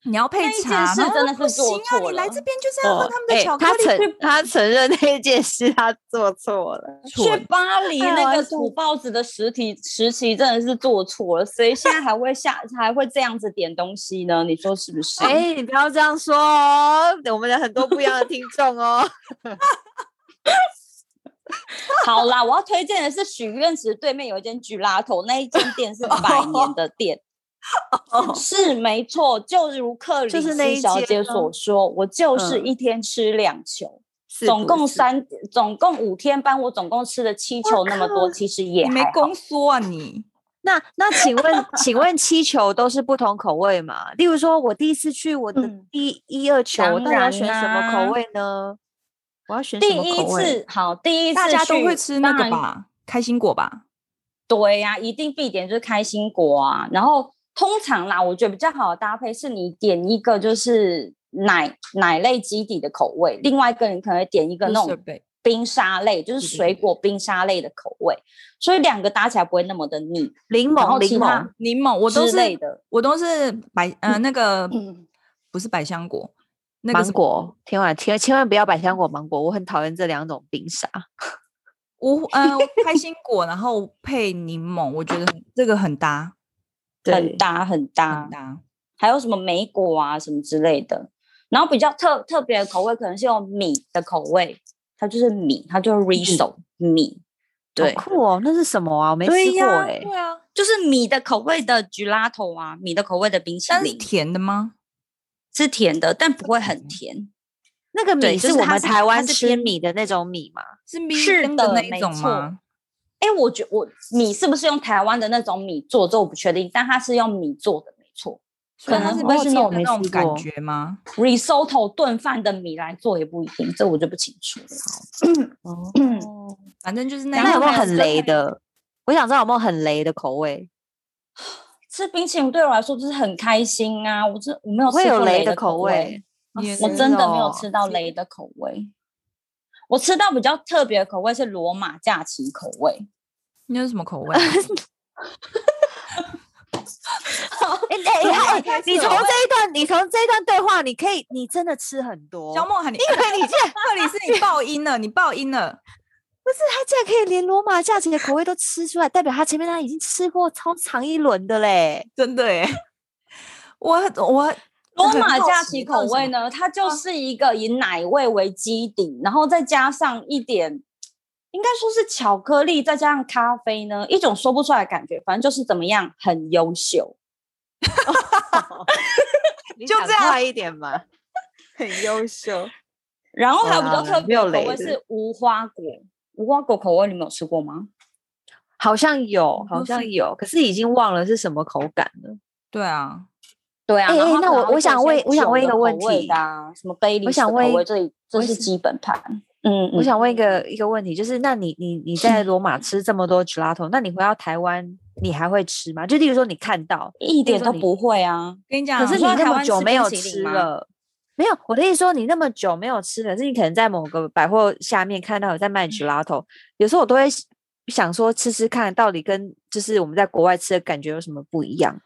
Speaker 1: 你要配
Speaker 2: 那一件
Speaker 1: 茶，然
Speaker 2: 事
Speaker 1: 后
Speaker 2: 真
Speaker 1: 说
Speaker 2: 的
Speaker 1: 不
Speaker 2: 是做
Speaker 1: 行啊！
Speaker 2: 错
Speaker 1: 你来
Speaker 2: 了哎
Speaker 1: 这边就是要喝
Speaker 3: 哦
Speaker 1: 他们的
Speaker 3: 欸
Speaker 1: 巧克
Speaker 3: 他
Speaker 1: 力
Speaker 3: 承他承认那件事他做错了，
Speaker 2: 去巴黎
Speaker 3: 开
Speaker 2: 那
Speaker 3: 玩
Speaker 2: 个
Speaker 3: 笑
Speaker 2: 土包子的实体时期真的是做错了，谁现在还会下还会这样子点东西呢？你说是不是？
Speaker 3: 哎、你不要这样说哦，我们有很多不一样的听众哦。
Speaker 2: 好啦，我要推荐的是许愿池对面有一间焗拉头，那一间店是百年的店。是没错，就如克里
Speaker 3: 哦 就是那一
Speaker 2: 斯小
Speaker 3: 间
Speaker 2: 姐所说，我就是
Speaker 3: 嗯
Speaker 2: 一天吃两球，
Speaker 3: 是
Speaker 2: 总
Speaker 3: 不
Speaker 2: 共
Speaker 3: 是，
Speaker 2: 三，总共五天班，我总共吃了七球那么多，其实也
Speaker 1: 你没
Speaker 2: 还好。
Speaker 1: 宫缩啊你！
Speaker 3: 那那请问，请问七球都是不同口味吗？例如说，我第一次去我的
Speaker 2: 嗯
Speaker 3: 第一、一二球，我
Speaker 2: 当
Speaker 3: 到底要
Speaker 2: 然
Speaker 3: 选什么
Speaker 2: 啦
Speaker 3: 口味呢？我要选什
Speaker 2: 第
Speaker 3: 么
Speaker 2: 一
Speaker 3: 口味？
Speaker 2: 次好，第一次
Speaker 1: 大家都
Speaker 2: 去
Speaker 1: 会吃那
Speaker 2: 当
Speaker 1: 个
Speaker 2: 然
Speaker 1: 吧，开心果吧。
Speaker 2: 对呀、啊一定必点就是开心果啊。然后通常啦，我觉得比较好的搭配是你点一个就是奶奶类基底的口味，另外一个你可能点一个那种
Speaker 1: Raspberry
Speaker 2: 冰沙类，就是
Speaker 1: 对对
Speaker 2: 水果冰沙类的口味，所以两个搭起来不会那么的腻。
Speaker 3: 柠
Speaker 2: 然
Speaker 3: 檬，
Speaker 2: 后其
Speaker 3: 柠
Speaker 2: 他
Speaker 3: 檬，
Speaker 1: 柠檬，我都
Speaker 2: 之
Speaker 1: 是
Speaker 2: 类 的，
Speaker 1: 我都是百呃那个
Speaker 2: 嗯
Speaker 1: 不是百香果，那个
Speaker 3: 芒
Speaker 1: 是
Speaker 3: 果。天啊，千千万不要百香果、芒果，我很讨厌这两种冰沙。
Speaker 1: 无呃开心果，然后配柠檬，我觉得很这个很搭，
Speaker 2: 很搭很搭
Speaker 1: 很，搭。
Speaker 2: 还有什么莓果啊什么之类的。然后比较特特别的口味可能是有米的口味，它就是米，它就是
Speaker 1: 嗯
Speaker 2: riso 米，对
Speaker 3: 好。酷哦，那是什么啊？我没吃过哎、
Speaker 1: 对啊，
Speaker 2: 就是米的口味的焗拉头啊，米的口味的冰淇
Speaker 1: 但是
Speaker 2: 淋
Speaker 1: 甜的吗？
Speaker 2: 是甜的，但不会
Speaker 3: 嗯
Speaker 2: 很甜。
Speaker 3: 那个
Speaker 2: 对
Speaker 3: 米
Speaker 2: 就是
Speaker 3: 我
Speaker 2: 它
Speaker 3: 们
Speaker 2: 是
Speaker 3: 台湾
Speaker 2: 它是
Speaker 3: 吃
Speaker 2: 偏
Speaker 3: 米的那种米吗？
Speaker 1: 是米
Speaker 2: 是
Speaker 1: 跟的
Speaker 2: 的
Speaker 1: 那一
Speaker 2: 没
Speaker 1: 种
Speaker 2: 错
Speaker 1: 吗？
Speaker 2: 哎，我觉我米是不是用台湾的那种米做，这我不确定，但它是用米做的，没错。
Speaker 1: 所以
Speaker 2: 可
Speaker 1: 它
Speaker 2: 能
Speaker 1: 是
Speaker 2: 哦
Speaker 1: 被
Speaker 2: 这
Speaker 1: 甜
Speaker 2: 个我
Speaker 1: 的
Speaker 3: 没
Speaker 1: 那种
Speaker 3: 吃
Speaker 1: 感
Speaker 3: 过
Speaker 1: 觉吗？
Speaker 2: risotto 炖饭的米来做也不一定，这我就不清楚了。
Speaker 3: 哦，
Speaker 1: 反正就是那
Speaker 2: 然
Speaker 3: 那
Speaker 1: 一
Speaker 3: 有
Speaker 2: 后
Speaker 3: 没有
Speaker 2: 还有
Speaker 3: 很
Speaker 2: 这个
Speaker 3: 雷的？我想知道有没有很雷的口味，
Speaker 2: 吃冰淇淋对我来说就是很开心啊，我这我没有
Speaker 3: 不会
Speaker 2: 吃
Speaker 3: 有
Speaker 2: 过
Speaker 3: 雷
Speaker 2: 的
Speaker 3: 口
Speaker 2: 味，。
Speaker 1: 你也
Speaker 2: 我
Speaker 1: 是
Speaker 2: 真的没有
Speaker 3: 哦
Speaker 2: 吃到雷的口味。我吃到比较特别的口味是罗马假期口味，
Speaker 1: 你有什么口 味啊？
Speaker 3: 哎哎哎哎，你
Speaker 1: 有
Speaker 3: 从这一段，你从这一段对话，你可以，你真的吃很多。
Speaker 1: 小梦喊你，
Speaker 3: 因为你竟然
Speaker 1: 克里斯你爆音了，你爆音了。
Speaker 3: 不是他竟然可以连罗马假期的口味都吃出来，代表他前面他已经吃过超长一轮的嘞。
Speaker 1: 真的耶！我我
Speaker 2: 罗
Speaker 1: 很
Speaker 2: 马
Speaker 1: 好
Speaker 2: 假
Speaker 1: 奇
Speaker 2: 期
Speaker 1: 到底
Speaker 2: 口
Speaker 1: 什
Speaker 2: 味
Speaker 1: 么
Speaker 2: 呢，它
Speaker 3: 嗯
Speaker 2: 就是一个以奶味为基底，然后再加上一点，应该说是巧克力，再加上咖啡呢，一种说不出来的感觉，反正就是怎么样，很优秀。
Speaker 3: 你
Speaker 1: 就
Speaker 3: 讲
Speaker 1: 这样
Speaker 3: 快一点嘛。
Speaker 5: 很优秀，
Speaker 2: 然后还有比较
Speaker 3: 哇
Speaker 2: 特
Speaker 3: 没
Speaker 2: 别
Speaker 3: 有
Speaker 2: 的口
Speaker 3: 雷
Speaker 2: 味
Speaker 3: 的
Speaker 2: 是无花果，无花果口味你们有吃过吗？
Speaker 3: 好像有，
Speaker 1: 都
Speaker 2: 哦
Speaker 3: 好像
Speaker 1: 是
Speaker 3: 有，可是已经忘了是什么口感了。
Speaker 1: 对啊，
Speaker 2: 对啊，
Speaker 3: 哎
Speaker 2: 然
Speaker 3: 哎
Speaker 2: 后它
Speaker 3: 那
Speaker 2: 可能会
Speaker 3: 我我
Speaker 2: 做一
Speaker 3: 想
Speaker 2: 些
Speaker 3: 问我想
Speaker 2: 酒
Speaker 3: 问一
Speaker 2: 的
Speaker 3: 个问
Speaker 2: 口味
Speaker 3: 题
Speaker 2: 的啊，什么贝利
Speaker 3: 我
Speaker 2: 斯
Speaker 3: 想
Speaker 2: 口
Speaker 3: 问
Speaker 2: 味，这里这
Speaker 3: 我
Speaker 2: 是
Speaker 3: 想
Speaker 2: 基本盘。嗯，
Speaker 3: 我
Speaker 2: 嗯
Speaker 3: 想问一个一个问题，就是那你你你在罗马吃这么多 gelato，那你回到台湾你还会吃吗？就例如说你看到，
Speaker 2: 一点
Speaker 3: 说
Speaker 2: 都
Speaker 3: 你
Speaker 2: 不会啊。
Speaker 1: 跟你讲，
Speaker 3: 可是你
Speaker 2: 说在
Speaker 3: 那
Speaker 2: 台
Speaker 3: 么
Speaker 2: 湾
Speaker 3: 久
Speaker 2: 吃
Speaker 3: 没
Speaker 2: 冰
Speaker 3: 有
Speaker 2: 淇淋
Speaker 3: 吃
Speaker 2: 吗
Speaker 3: 了，没有我的意思说你那么久没有吃，可是你可能在某个百货下面看到有在
Speaker 2: 嗯
Speaker 3: 卖 gelato，有时候我都会想说吃吃看到底跟就是我们在国外吃的感觉有什么不一样。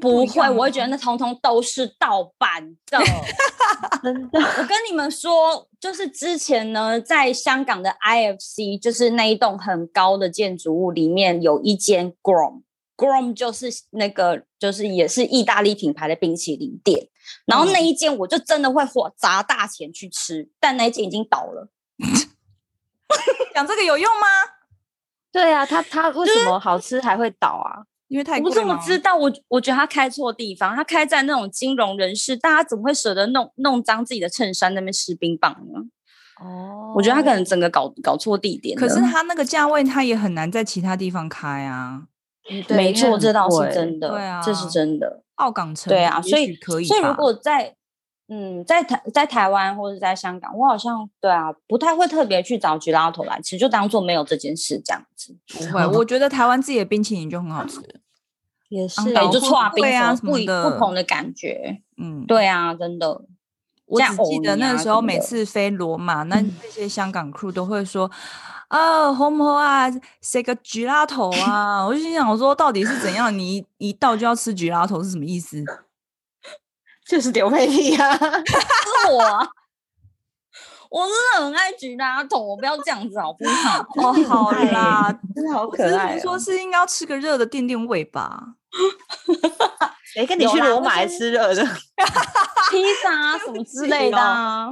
Speaker 2: 不
Speaker 3: 一样
Speaker 2: 会，我会
Speaker 3: 吗
Speaker 2: 觉得那通通都是盗版的。
Speaker 3: 真的，
Speaker 2: 我跟你们说，就是之前呢，在香港的 IFC，就是那一栋很高的建筑物里面有一间 Grom。Grom 就是那个，就是也是意大利品牌的冰淇淋店，然后
Speaker 3: 嗯
Speaker 2: 那一间我就真的会花砸大钱去吃，但那一间已经倒了。
Speaker 1: 讲这个有用吗？
Speaker 6: 对啊，它它为什么好吃还会倒啊？
Speaker 1: 因为太
Speaker 2: 我
Speaker 1: 贵
Speaker 2: 怎么
Speaker 1: 吗
Speaker 2: 知道？我我觉得他开错地方，他开在那种金融人士，大家怎么会舍得弄弄脏自己的衬衫那边吃冰棒呢？
Speaker 6: 哦
Speaker 2: 我觉得他可
Speaker 3: 嗯
Speaker 2: 能整个搞搞错地点了。
Speaker 1: 可是它那个价位，它也很难在其他地方开啊。
Speaker 6: 对
Speaker 2: 没
Speaker 6: 因为
Speaker 2: 错，
Speaker 6: 很
Speaker 2: 这倒是
Speaker 6: 贵
Speaker 2: 真的，
Speaker 1: 对啊
Speaker 2: 这是真的。
Speaker 1: 澳港城
Speaker 2: 对啊，
Speaker 1: 也
Speaker 2: 所
Speaker 1: 许
Speaker 2: 以
Speaker 1: 可以吧。
Speaker 2: 所以如果在嗯在台在台湾或者在香港，我好像对啊不太会特别去找焗拉头来吃，就当做没有这件事这样子。
Speaker 1: 不 会，我觉得台湾自己的冰淇淋就很好吃。
Speaker 6: 也是
Speaker 1: 对
Speaker 2: 对，
Speaker 1: 啊
Speaker 2: 就串冰
Speaker 1: 对啊
Speaker 2: 什么
Speaker 1: 什么
Speaker 2: 不一不
Speaker 1: 的
Speaker 2: 同的感觉。
Speaker 1: 嗯，，
Speaker 2: 对啊，真的。
Speaker 1: 我
Speaker 2: 像
Speaker 1: 只记
Speaker 2: 藕
Speaker 1: 得
Speaker 2: 泥
Speaker 1: 那
Speaker 2: 啊
Speaker 1: 个时候
Speaker 2: 什么
Speaker 1: 每
Speaker 2: 的嗯
Speaker 1: 次飞罗马，那那些香港 crew 都会说。啊，红魔啊，谁个焗拉头啊！我就心想说，到底是怎样？你一一到就要吃焗拉头是什么意思？
Speaker 6: 就是刘佩丽啊，
Speaker 2: 是我啊，我真的很爱焗拉桶，我不要这样子好不 好？
Speaker 1: 哦， 好啦，
Speaker 6: 真的好哦
Speaker 1: 我只是
Speaker 2: 哦
Speaker 1: 说是应该要吃个热的垫垫胃吧。
Speaker 6: 谁哎跟
Speaker 2: 你
Speaker 6: 你
Speaker 2: 去
Speaker 6: 去
Speaker 2: 罗
Speaker 6: 罗
Speaker 2: 马
Speaker 6: 马
Speaker 2: 还
Speaker 6: 吃热的？
Speaker 2: 披萨啊什么之类的啊。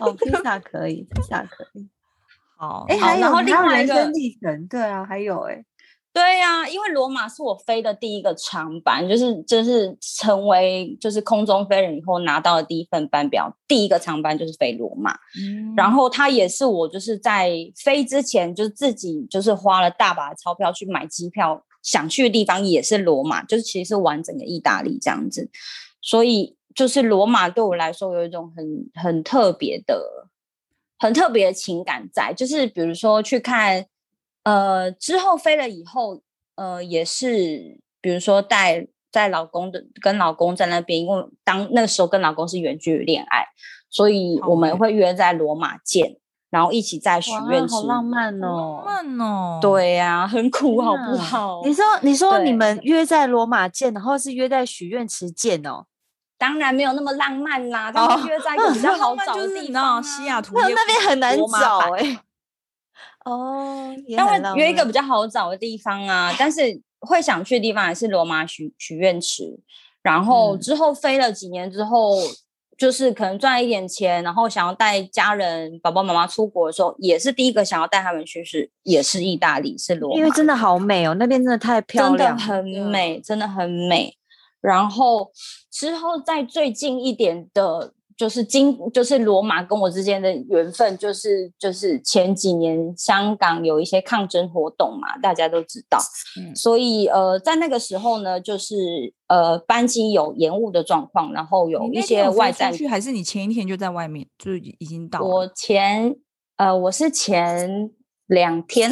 Speaker 6: 哦，披萨可以，披萨可以。
Speaker 1: 好，
Speaker 3: 哎，
Speaker 2: 好
Speaker 3: 还
Speaker 2: 哦然
Speaker 3: 有
Speaker 2: 后另
Speaker 3: 还有
Speaker 2: 外一
Speaker 3: 人
Speaker 2: 个
Speaker 3: 生历程，对啊，还有哎，
Speaker 2: 对呀、因为罗马是我飞的第一个长班，就是就是成为就是空中飞人以后拿到的第一份班表，第一个长班就是飞罗马。
Speaker 1: 嗯
Speaker 2: 然后它也是我就是在飞之前，就是自己就是花了大把的钞票去买机票，想去的地方也是罗马，就是其实是完整的意大利这样子。所以就是罗马对我来说有一种很很特别的、很特别的情感在，就是比如说去看，呃，之后飞了以后，呃，也是比如说带带老公的跟老公在那边，因为当那个时候跟老公是远距离恋爱，所以
Speaker 1: 好
Speaker 2: 我们
Speaker 1: 欸
Speaker 2: 会约在罗马见，然后一起在许愿
Speaker 6: 哇，
Speaker 2: 池。嗯
Speaker 6: 好浪漫
Speaker 1: 好
Speaker 6: 哦！
Speaker 1: 慢哦，，
Speaker 2: 对呀、很苦好不
Speaker 6: 天哪
Speaker 2: 好？
Speaker 6: 你说，你说
Speaker 2: 对
Speaker 6: 你们约在罗马见，然后是约在许愿池见哦？
Speaker 2: 当然没有那么浪漫啦，但是约在一个比 较好找的
Speaker 1: 就是你
Speaker 2: 地
Speaker 1: 知
Speaker 2: 方、
Speaker 1: 道
Speaker 2: 啊。
Speaker 1: 西雅图
Speaker 6: 那
Speaker 1: 夜
Speaker 6: 那边很难
Speaker 1: 罗马版
Speaker 6: 找哎。 哦，也
Speaker 2: 当
Speaker 6: 很
Speaker 2: 然
Speaker 6: 浪
Speaker 2: 约一个
Speaker 6: 漫
Speaker 2: 比较好找的地方啊，但是会想去的地方还是罗马许许愿池。然后
Speaker 6: 嗯
Speaker 2: 之后飞了几年之后，就是可能赚了一点钱，然后想要带家人、爸爸妈妈出国的时候，也是第一个想要带他们去是也是意大利，是罗马，
Speaker 6: 因为真的好美哦，那边真的太漂
Speaker 2: 真的
Speaker 6: 亮了，
Speaker 2: 很
Speaker 1: 嗯
Speaker 2: 美，真的很美。然后之后在最近一点的，就是今就是罗马跟我之间的缘分，就是就是前几年香港有一些抗争活动嘛，大家都知道，
Speaker 1: 嗯
Speaker 2: 所以呃，在那个时候呢，就是呃班机有延误的状况，然后有
Speaker 1: 你
Speaker 2: 一
Speaker 1: 那天
Speaker 2: 些
Speaker 1: 有飞
Speaker 2: 外
Speaker 1: 出
Speaker 2: 在
Speaker 1: 去还是你前一天就在外面，就是已经到了嗯
Speaker 2: 我前呃，我是前两天，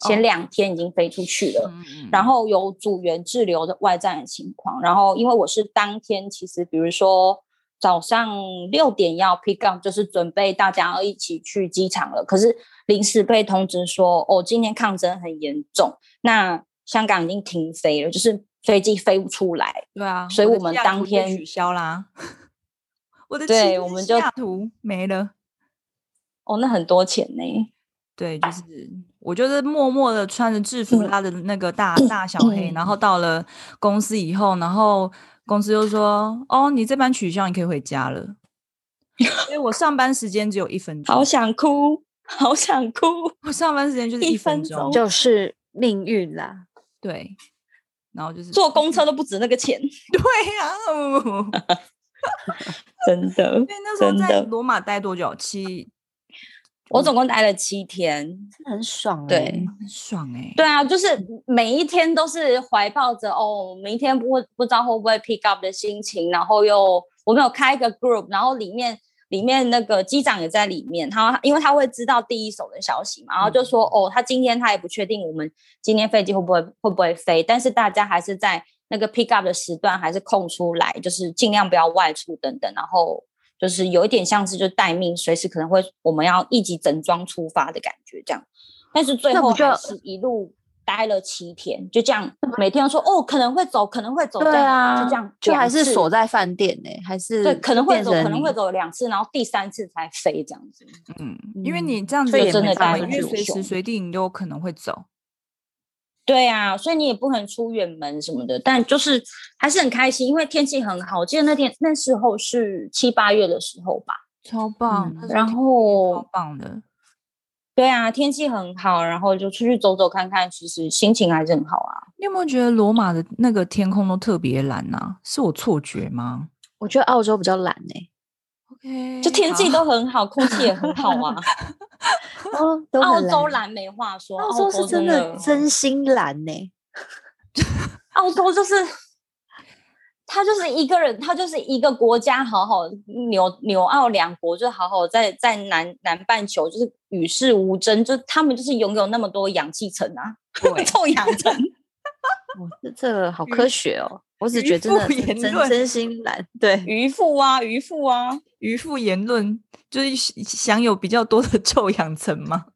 Speaker 2: 前
Speaker 1: 哦
Speaker 2: 两天已经飞出去了。
Speaker 1: 嗯嗯
Speaker 2: 然后有组员滞留的外站的情况，然后因为我是当天，其实比如说早上六点要 pick up，就是准备大家要一起去机场了，可是临时被通知说，哦，今天抗争很严重，那香港已经停飞了，就是飞机飞不出来，
Speaker 1: 对啊，
Speaker 2: 所以
Speaker 1: 的
Speaker 2: 我们
Speaker 1: 西雅
Speaker 2: 当
Speaker 1: 图就
Speaker 2: 天
Speaker 1: 取消啦。 我的
Speaker 2: 对
Speaker 1: 亲
Speaker 2: 我们
Speaker 1: 西
Speaker 2: 就
Speaker 1: 雅图没了。
Speaker 2: 哦，那很多钱呢、
Speaker 1: 对，就是我就是默默的穿着制服，
Speaker 2: 嗯
Speaker 1: 拉着那个大大小黑，然后到了公司以后，然后公司就说：“哦，你这班取消，你可以回家了。”所以我上班时间只有一分钟，
Speaker 2: 好想哭，好想哭，
Speaker 1: 我上班时间就是
Speaker 2: 一
Speaker 1: 一分
Speaker 2: 分钟
Speaker 6: 就是命运啦。
Speaker 1: 对，然后就是
Speaker 2: 坐公车都不值那个钱，
Speaker 1: 对呀、 哦
Speaker 2: 真的
Speaker 1: 所以，那时候
Speaker 2: 真
Speaker 1: 在
Speaker 2: 的
Speaker 1: 罗马待多久？七，
Speaker 2: 我总共待了七天。
Speaker 6: 很爽、欸，
Speaker 2: 对，
Speaker 1: 很爽哎、
Speaker 2: 对啊，就是每一天都是怀抱着哦，明天不会不知道会不会 pick up 的心情，然后又我们有开一个 group，然后里面里面那个机长也在里面，他因为他会知道第一手的消息嘛，然后就说哦，他今天他也不确定我们今天飞机会不会会不会飞，但是大家还是在那个 pick up 的时段还是空出来，就是尽量不要外出等等，然后。就是有一点像是就待命，随时可能会我们要一起整装出发的感觉这样，但是最
Speaker 6: 那不
Speaker 2: 后还
Speaker 6: 就是
Speaker 2: 一路待了七天，就这样，每天都说哦可能会走，可能会走，
Speaker 3: 对
Speaker 2: 这样
Speaker 3: 啊
Speaker 2: 就这样，
Speaker 3: 就还是
Speaker 2: 锁。
Speaker 3: 锁在饭店呢、还是
Speaker 2: 对，可能会
Speaker 3: 变
Speaker 2: 走，可
Speaker 3: 成
Speaker 2: 能会走两次，然后第三次才飞这样子。
Speaker 1: 嗯，因为你这样子
Speaker 2: 所以
Speaker 1: 也
Speaker 2: 真
Speaker 1: 没
Speaker 2: 的
Speaker 1: 办
Speaker 2: 待
Speaker 1: 法
Speaker 2: 不
Speaker 1: 因为
Speaker 2: 住
Speaker 1: 随时
Speaker 2: 熊
Speaker 1: 随地你都有可能会走。
Speaker 2: 对啊，所以你也不能出远门什么的，但就是还是很开心，因为天气很好。我记得那天那时候是七八月的时候吧，
Speaker 1: 超棒，嗯那时候
Speaker 2: 然
Speaker 1: 天气超
Speaker 2: 后
Speaker 1: 棒的，
Speaker 2: 对啊，天气很好，然后就出去走走看看，其实心情还是很好啊。
Speaker 1: 你有没有觉得罗马的那个天空都特别蓝呐、是我错觉吗
Speaker 3: 我觉得澳洲比较懒呢、
Speaker 1: ？OK，
Speaker 2: 就天气
Speaker 1: 好
Speaker 2: 都很好，空气也很好啊。
Speaker 3: 哦， 都
Speaker 2: 澳
Speaker 3: 很
Speaker 2: 洲
Speaker 3: 懒，
Speaker 2: 懒没话说，
Speaker 3: 澳洲是真
Speaker 2: 的
Speaker 3: 的，真心懒呢、
Speaker 2: 澳洲就是。他就是一个人，他就是一个国家，好好纽纽澳两国就好好在在南南半球就是与世无争，就他们就是拥有那么多氧气层啊，臭氧层。
Speaker 3: 哦，这这个好科学哦！我只
Speaker 1: 渔
Speaker 3: 觉得真的
Speaker 1: 夫
Speaker 3: 是
Speaker 1: 言
Speaker 3: 真
Speaker 1: 论
Speaker 3: 真心懒，对，
Speaker 2: 渔夫啊，渔夫啊，
Speaker 1: 渔夫言论就是享有比较多的臭氧层吗？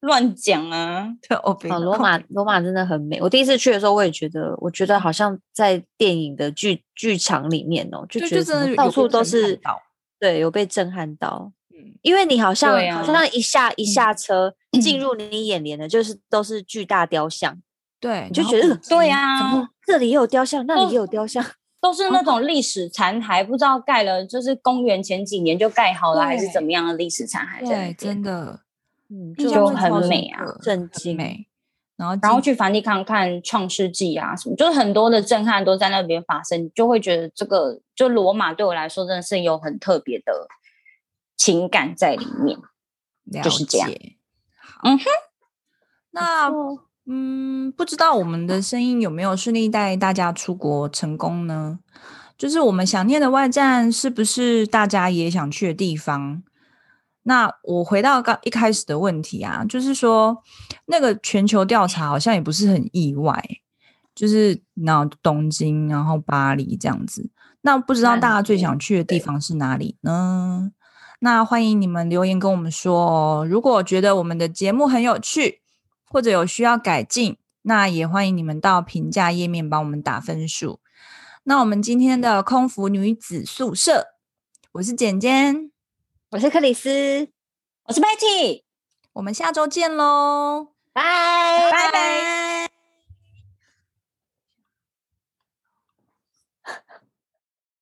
Speaker 2: 乱讲啊！
Speaker 1: 对，哦，别
Speaker 3: 啊，罗马罗马真的很美。我第一次去的时候，我也觉得，我觉得好像在电影的剧剧场里面哦，就
Speaker 1: 对就
Speaker 3: 觉
Speaker 1: 真
Speaker 3: 得
Speaker 1: 的
Speaker 3: 怎么
Speaker 1: 有
Speaker 3: 到
Speaker 1: 被
Speaker 3: 处都
Speaker 1: 震撼
Speaker 3: 是
Speaker 1: 到，
Speaker 3: 对，有被震撼到。
Speaker 1: 嗯
Speaker 3: 因为你好像、
Speaker 2: 对
Speaker 3: 好
Speaker 2: 啊
Speaker 3: 像一下一下车、进
Speaker 1: 嗯
Speaker 3: 入你眼帘的，就是都是巨大雕像，
Speaker 1: 对，
Speaker 3: 你就
Speaker 1: 然后
Speaker 3: 觉得
Speaker 2: 对
Speaker 3: 怎
Speaker 2: 啊
Speaker 3: 么，这里也有雕像，那里也有雕像，
Speaker 2: 都是那种历史残骸，不知道盖了就是公元前几年就盖好了，还是怎么样的历史残骸在那
Speaker 1: 对，
Speaker 2: 边。
Speaker 1: 真的
Speaker 3: 嗯，
Speaker 1: 印
Speaker 3: 就
Speaker 1: 象
Speaker 2: 就
Speaker 1: 会
Speaker 2: 很
Speaker 1: 超深
Speaker 2: 美啊
Speaker 1: 刻
Speaker 3: 震
Speaker 1: 很
Speaker 3: 惊
Speaker 1: 美。然后
Speaker 2: 然后
Speaker 1: 进
Speaker 2: 去梵蒂冈看《创世纪》啊，什么，就是很多的震撼都在那边发生，就会觉得这个就罗马对我来说真的是有很特别的情感在里面。
Speaker 1: 了
Speaker 2: 就是这样
Speaker 1: 解。好
Speaker 2: 嗯哼，
Speaker 1: 那嗯，不知道我们的声音有没有顺利带大家出国成功呢？就是我们想念的外站，是不是大家也想去的地方？那我回到刚一开始的问题啊，就是说那个全球调查好像也不是很意外，就是然后东京，然后巴黎这样子。那不知道
Speaker 2: 曼
Speaker 1: 大家最
Speaker 2: 谷
Speaker 1: 想去的地
Speaker 2: 对
Speaker 1: 方是哪里呢？那欢迎你们留言跟我们说哦。如果觉得我们的节目很有趣，或者有需要改进，那也欢迎你们到评价页面帮我们打分数。那我们今天的空服女子宿舍，我是简简，
Speaker 3: 我是克里斯，
Speaker 2: 我是 Patty，
Speaker 1: 我们下周见喽，
Speaker 3: 拜
Speaker 1: 拜
Speaker 2: 拜
Speaker 1: 拜。